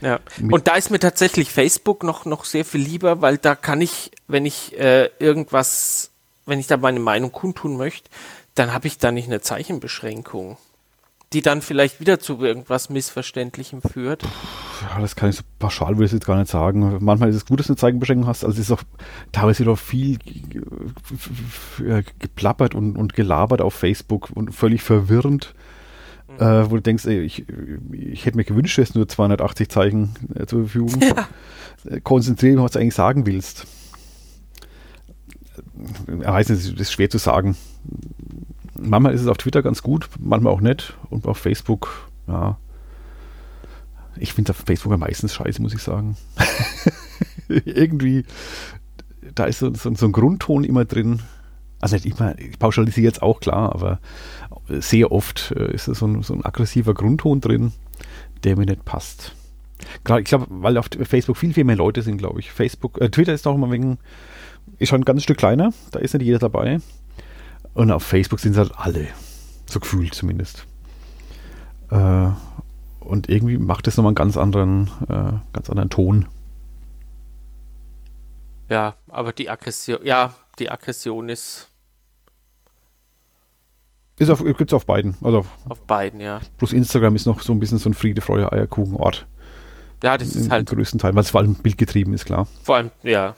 Speaker 1: Ja. Und da ist mir tatsächlich Facebook noch, noch sehr viel lieber, weil da kann ich, wenn ich äh, irgendwas, wenn ich da meine Meinung kundtun möchte, dann habe ich da nicht eine Zeichenbeschränkung. die dann vielleicht wieder zu irgendwas Missverständlichem führt.
Speaker 2: Ja, das kann ich so pauschal, würde ich jetzt gar nicht sagen. Manchmal ist es gut, dass du eine Zeichenbeschränkung hast. Also es ist auch teilweise doch viel äh, ge- ge- geplappert und, und gelabert auf Facebook und völlig verwirrend. Äh, wo du denkst, ey, ich, ich hätte mir gewünscht, du hättest nur 280 Zeichen äh, zur Verfügung. Äh, Konzentrieren, was du eigentlich sagen willst. Ich weiß nicht, das ist schwer zu sagen. Manchmal ist es auf Twitter ganz gut, manchmal auch nicht. Und auf Facebook, ja. Ich finde es auf Facebook ja meistens scheiße, muss ich sagen. Irgendwie, da ist so, so, so ein Grundton immer drin. Also nicht immer, ich pauschalisiere jetzt auch klar, aber sehr oft äh, ist da so ein, so ein aggressiver Grundton drin, der mir nicht passt. Klar, ich glaube, weil auf Facebook viel, viel mehr Leute sind, glaube ich. Facebook, äh, Twitter ist auch immer wegen, ist schon ein ganzes Stück kleiner, da ist nicht jeder dabei. Und auf Facebook sind es halt alle. So gefühlt zumindest. Äh, und irgendwie macht es nochmal einen ganz anderen, äh, ganz anderen Ton.
Speaker 1: Ja, aber die Aggression, ja, die Aggression ist
Speaker 2: Ist auf, gibt's auf beiden. Also auf-
Speaker 1: auf beiden, ja.
Speaker 2: bloß Instagram ist noch so ein bisschen so ein Friede, Freude, Eierkuchen-Ort.
Speaker 1: Ja, das ist
Speaker 2: Im,
Speaker 1: halt
Speaker 2: Im größten Teil, weil es vor allem bildgetrieben ist, klar.
Speaker 1: vor allem, ja.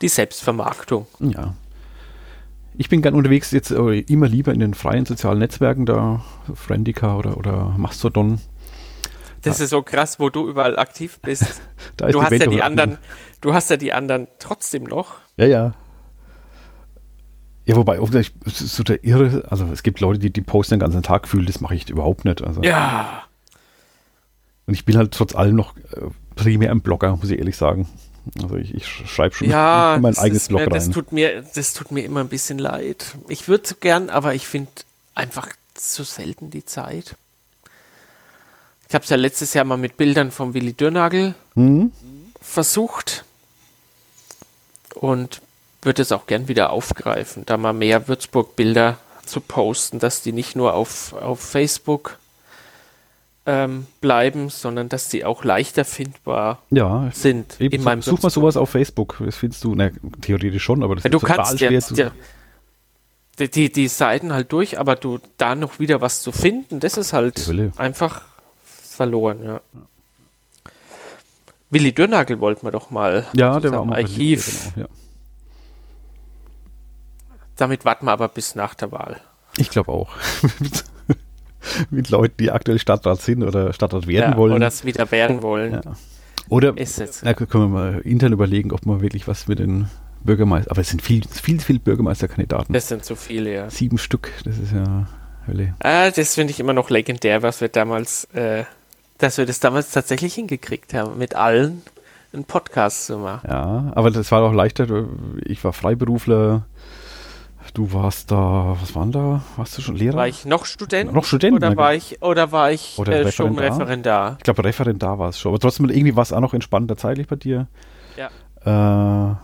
Speaker 1: Die Selbstvermarktung.
Speaker 2: Ja. Ich bin gern unterwegs, jetzt äh, immer lieber in den freien sozialen Netzwerken, da Friendica oder, oder Mastodon.
Speaker 1: Das ist so krass, wo du überall aktiv bist.
Speaker 2: Da
Speaker 1: Du hast
Speaker 2: Welt
Speaker 1: ja die
Speaker 2: am Abnehmen.
Speaker 1: anderen, du hast ja die anderen trotzdem noch.
Speaker 2: Ja, ja. Ja, wobei, auch gleich, es ist so der Irre, also es gibt Leute, die, die posten den ganzen Tag fühlen, das mache ich überhaupt nicht. Also.
Speaker 1: Ja.
Speaker 2: Und ich bin halt trotz allem noch äh, primär ein Blogger, muss ich ehrlich sagen. Also ich, ich schreibe schon
Speaker 1: Ja,
Speaker 2: in mein
Speaker 1: das
Speaker 2: eigenes
Speaker 1: ist mir,
Speaker 2: Blog
Speaker 1: das
Speaker 2: rein.
Speaker 1: tut mir, das tut mir immer ein bisschen leid. Ich würde so gern, aber ich finde einfach zu selten die Zeit. Ich habe es ja letztes Jahr mal mit Bildern vom Willi Dürnagel
Speaker 2: Hm?
Speaker 1: versucht und würde es auch gern wieder aufgreifen, da mal mehr Würzburg-Bilder zu posten, dass die nicht nur auf, auf Facebook ähm, bleiben, sondern dass die auch leichter findbar
Speaker 2: Ja,
Speaker 1: sind
Speaker 2: eben,
Speaker 1: in meinem
Speaker 2: such mal
Speaker 1: Würzburg.
Speaker 2: sowas auf Facebook. Das findest du, na, theoretisch schon, aber das
Speaker 1: Ja, du
Speaker 2: ist total
Speaker 1: kannst ja,
Speaker 2: schwer zu.
Speaker 1: ja die, die, die Seiten halt durch, aber du da noch wieder was zu finden, das ist
Speaker 2: Die
Speaker 1: halt
Speaker 2: Hölle.
Speaker 1: einfach verloren, ja. Willi Dürnagel wollten wir doch mal
Speaker 2: Ja,
Speaker 1: zu
Speaker 2: der war auch
Speaker 1: seinem
Speaker 2: mal
Speaker 1: Archiv.
Speaker 2: Genau, ja.
Speaker 1: Damit warten wir aber bis nach der Wahl.
Speaker 2: Ich glaube auch. mit, mit Leuten, die aktuell Stadtrat sind oder Stadtrat werden
Speaker 1: ja,
Speaker 2: wollen.
Speaker 1: Oder es wieder werden wollen.
Speaker 2: Ja. Oder
Speaker 1: Ist jetzt.
Speaker 2: na, können wir mal intern überlegen, ob man wirklich was mit den Bürgermeistern. Aber es sind viel, viel, viel Bürgermeisterkandidaten.
Speaker 1: Das sind zu viele, ja.
Speaker 2: Sieben Stück, das ist ja Hölle.
Speaker 1: Ah, das finde ich immer noch legendär, was wir damals, äh, dass wir das damals tatsächlich hingekriegt haben, mit allen einen Podcast zu machen.
Speaker 2: Ja, aber das war auch leichter. du- Ich war Freiberufler. Du warst da, was waren da? Warst du schon Lehrer?
Speaker 1: War ich noch Student?
Speaker 2: Noch Student,
Speaker 1: Oder
Speaker 2: na
Speaker 1: war ich, oder war ich
Speaker 2: Oder
Speaker 1: äh, schon
Speaker 2: Referendar?
Speaker 1: Referendar?
Speaker 2: Ich glaube, Referendar war es schon. Aber trotzdem, irgendwie war es auch noch entspannter zeitlich bei dir.
Speaker 1: Ja.
Speaker 2: Äh,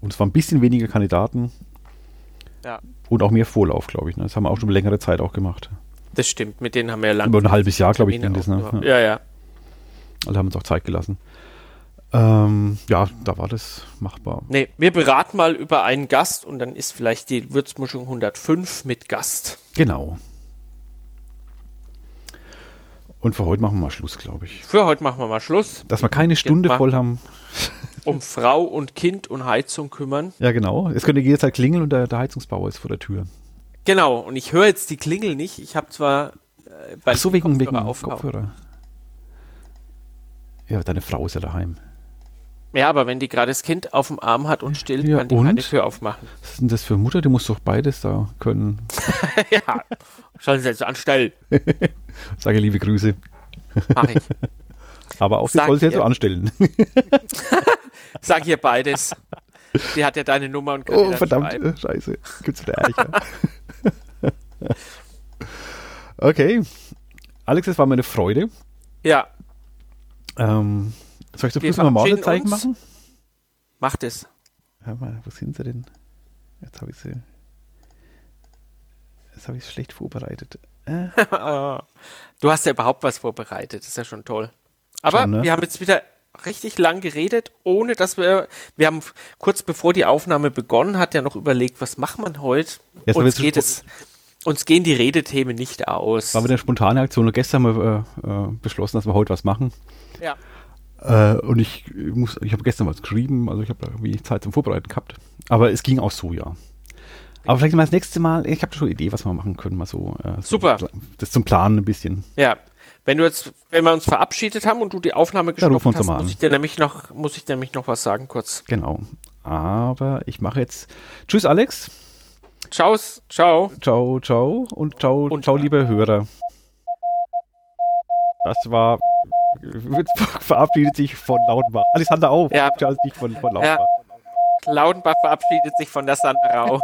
Speaker 2: und es waren ein bisschen weniger Kandidaten
Speaker 1: Ja,
Speaker 2: und auch mehr Vorlauf, glaube ich. Ne? Das haben wir auch schon längere Zeit auch gemacht.
Speaker 1: das stimmt. Mit denen haben wir ja lange.
Speaker 2: Über ein halbes Jahr, glaube ich, ging das. Ne?
Speaker 1: ja. ja, ja.
Speaker 2: Alle haben uns auch Zeit gelassen. Ähm, ja, da war das machbar.
Speaker 1: Nee, wir beraten mal über einen Gast und dann ist vielleicht die Würzmuschung 105 mit Gast.
Speaker 2: Genau. Und für heute machen wir mal Schluss, glaube ich.
Speaker 1: Für heute machen wir mal Schluss.
Speaker 2: Dass wir keine Stunde
Speaker 1: mach-
Speaker 2: voll haben.
Speaker 1: Um Frau und Kind und Heizung kümmern.
Speaker 2: Ja, genau. Es könnte jederzeit klingeln und der, der Heizungsbauer ist vor der Tür.
Speaker 1: Genau, und ich höre jetzt die Klingel nicht. Ich habe zwar äh, bei
Speaker 2: Ach so, wegen, wegen
Speaker 1: aufgehauen.
Speaker 2: Kopfhörer. Ja, deine Frau ist ja daheim.
Speaker 1: Ja, aber wenn die gerade das Kind auf dem Arm hat und stillt,
Speaker 2: Ja,
Speaker 1: kann die
Speaker 2: und?
Speaker 1: keine Tür aufmachen.
Speaker 2: Was ist denn das für Mutter? Die muss doch beides da können.
Speaker 1: ja, sollen sie also jetzt anstellen.
Speaker 2: Sage liebe Grüße.
Speaker 1: Mach ich.
Speaker 2: Aber auch die
Speaker 1: Sag
Speaker 2: soll sie jetzt
Speaker 1: ihr-
Speaker 2: so anstellen.
Speaker 1: Sag ihr beides. Die hat ja deine Nummer und kann dir
Speaker 2: Oh,
Speaker 1: dann
Speaker 2: verdammt,
Speaker 1: schreiben.
Speaker 2: äh, scheiße. Gibt's wieder Ärger. okay. Alex, es war mir eine Freude.
Speaker 1: Ja,
Speaker 2: Ähm, soll ich zum
Speaker 1: Wir
Speaker 2: Schluss noch mal
Speaker 1: verabschieden
Speaker 2: zeigen
Speaker 1: uns.
Speaker 2: machen?
Speaker 1: mach das.
Speaker 2: Hör mal, wo sind sie denn? Jetzt habe ich sie. Jetzt habe ich es schlecht vorbereitet. Äh,
Speaker 1: Du hast ja überhaupt was vorbereitet, ist ja schon toll. Aber
Speaker 2: Schon, ne?
Speaker 1: wir haben jetzt wieder richtig lang geredet, ohne dass wir, wir haben f- kurz bevor die Aufnahme begonnen hat, ja noch überlegt, was macht man heute?
Speaker 2: Jetzt
Speaker 1: Uns
Speaker 2: wird's
Speaker 1: geht
Speaker 2: schon-
Speaker 1: es Uns gehen die Redethemen nicht aus.
Speaker 2: War wieder eine spontane Aktion. Und gestern haben wir äh, äh, beschlossen, dass wir heute was machen.
Speaker 1: Ja.
Speaker 2: Äh, und ich muss, ich habe gestern was geschrieben, also ich habe da irgendwie Zeit zum Vorbereiten gehabt. Aber es ging auch so, ja. Aber vielleicht mal das nächste Mal, ich habe schon eine Idee, was wir machen können, mal so. äh, so
Speaker 1: Super.
Speaker 2: Das zum Planen ein bisschen.
Speaker 1: Ja. Wenn du jetzt, wenn wir uns verabschiedet haben und du die Aufnahme
Speaker 2: rufen wir
Speaker 1: gestoppt
Speaker 2: uns
Speaker 1: hast,
Speaker 2: mal an.
Speaker 1: muss ich dir nämlich noch, muss ich dir nämlich noch was sagen kurz.
Speaker 2: Genau. Aber ich mache jetzt. Tschüss, Alex.
Speaker 1: Ciao, ciao.
Speaker 2: Ciao, ciao. Und ciao,
Speaker 1: Und- äh,
Speaker 2: ciao, liebe Hörer. Das war. Würzburg verabschiedet sich von Lautenbach. Alexander auf.
Speaker 1: Ja.
Speaker 2: Charles nicht von, von Lautenbach.
Speaker 1: Ja. Laudenbach verabschiedet sich von der Sandrau.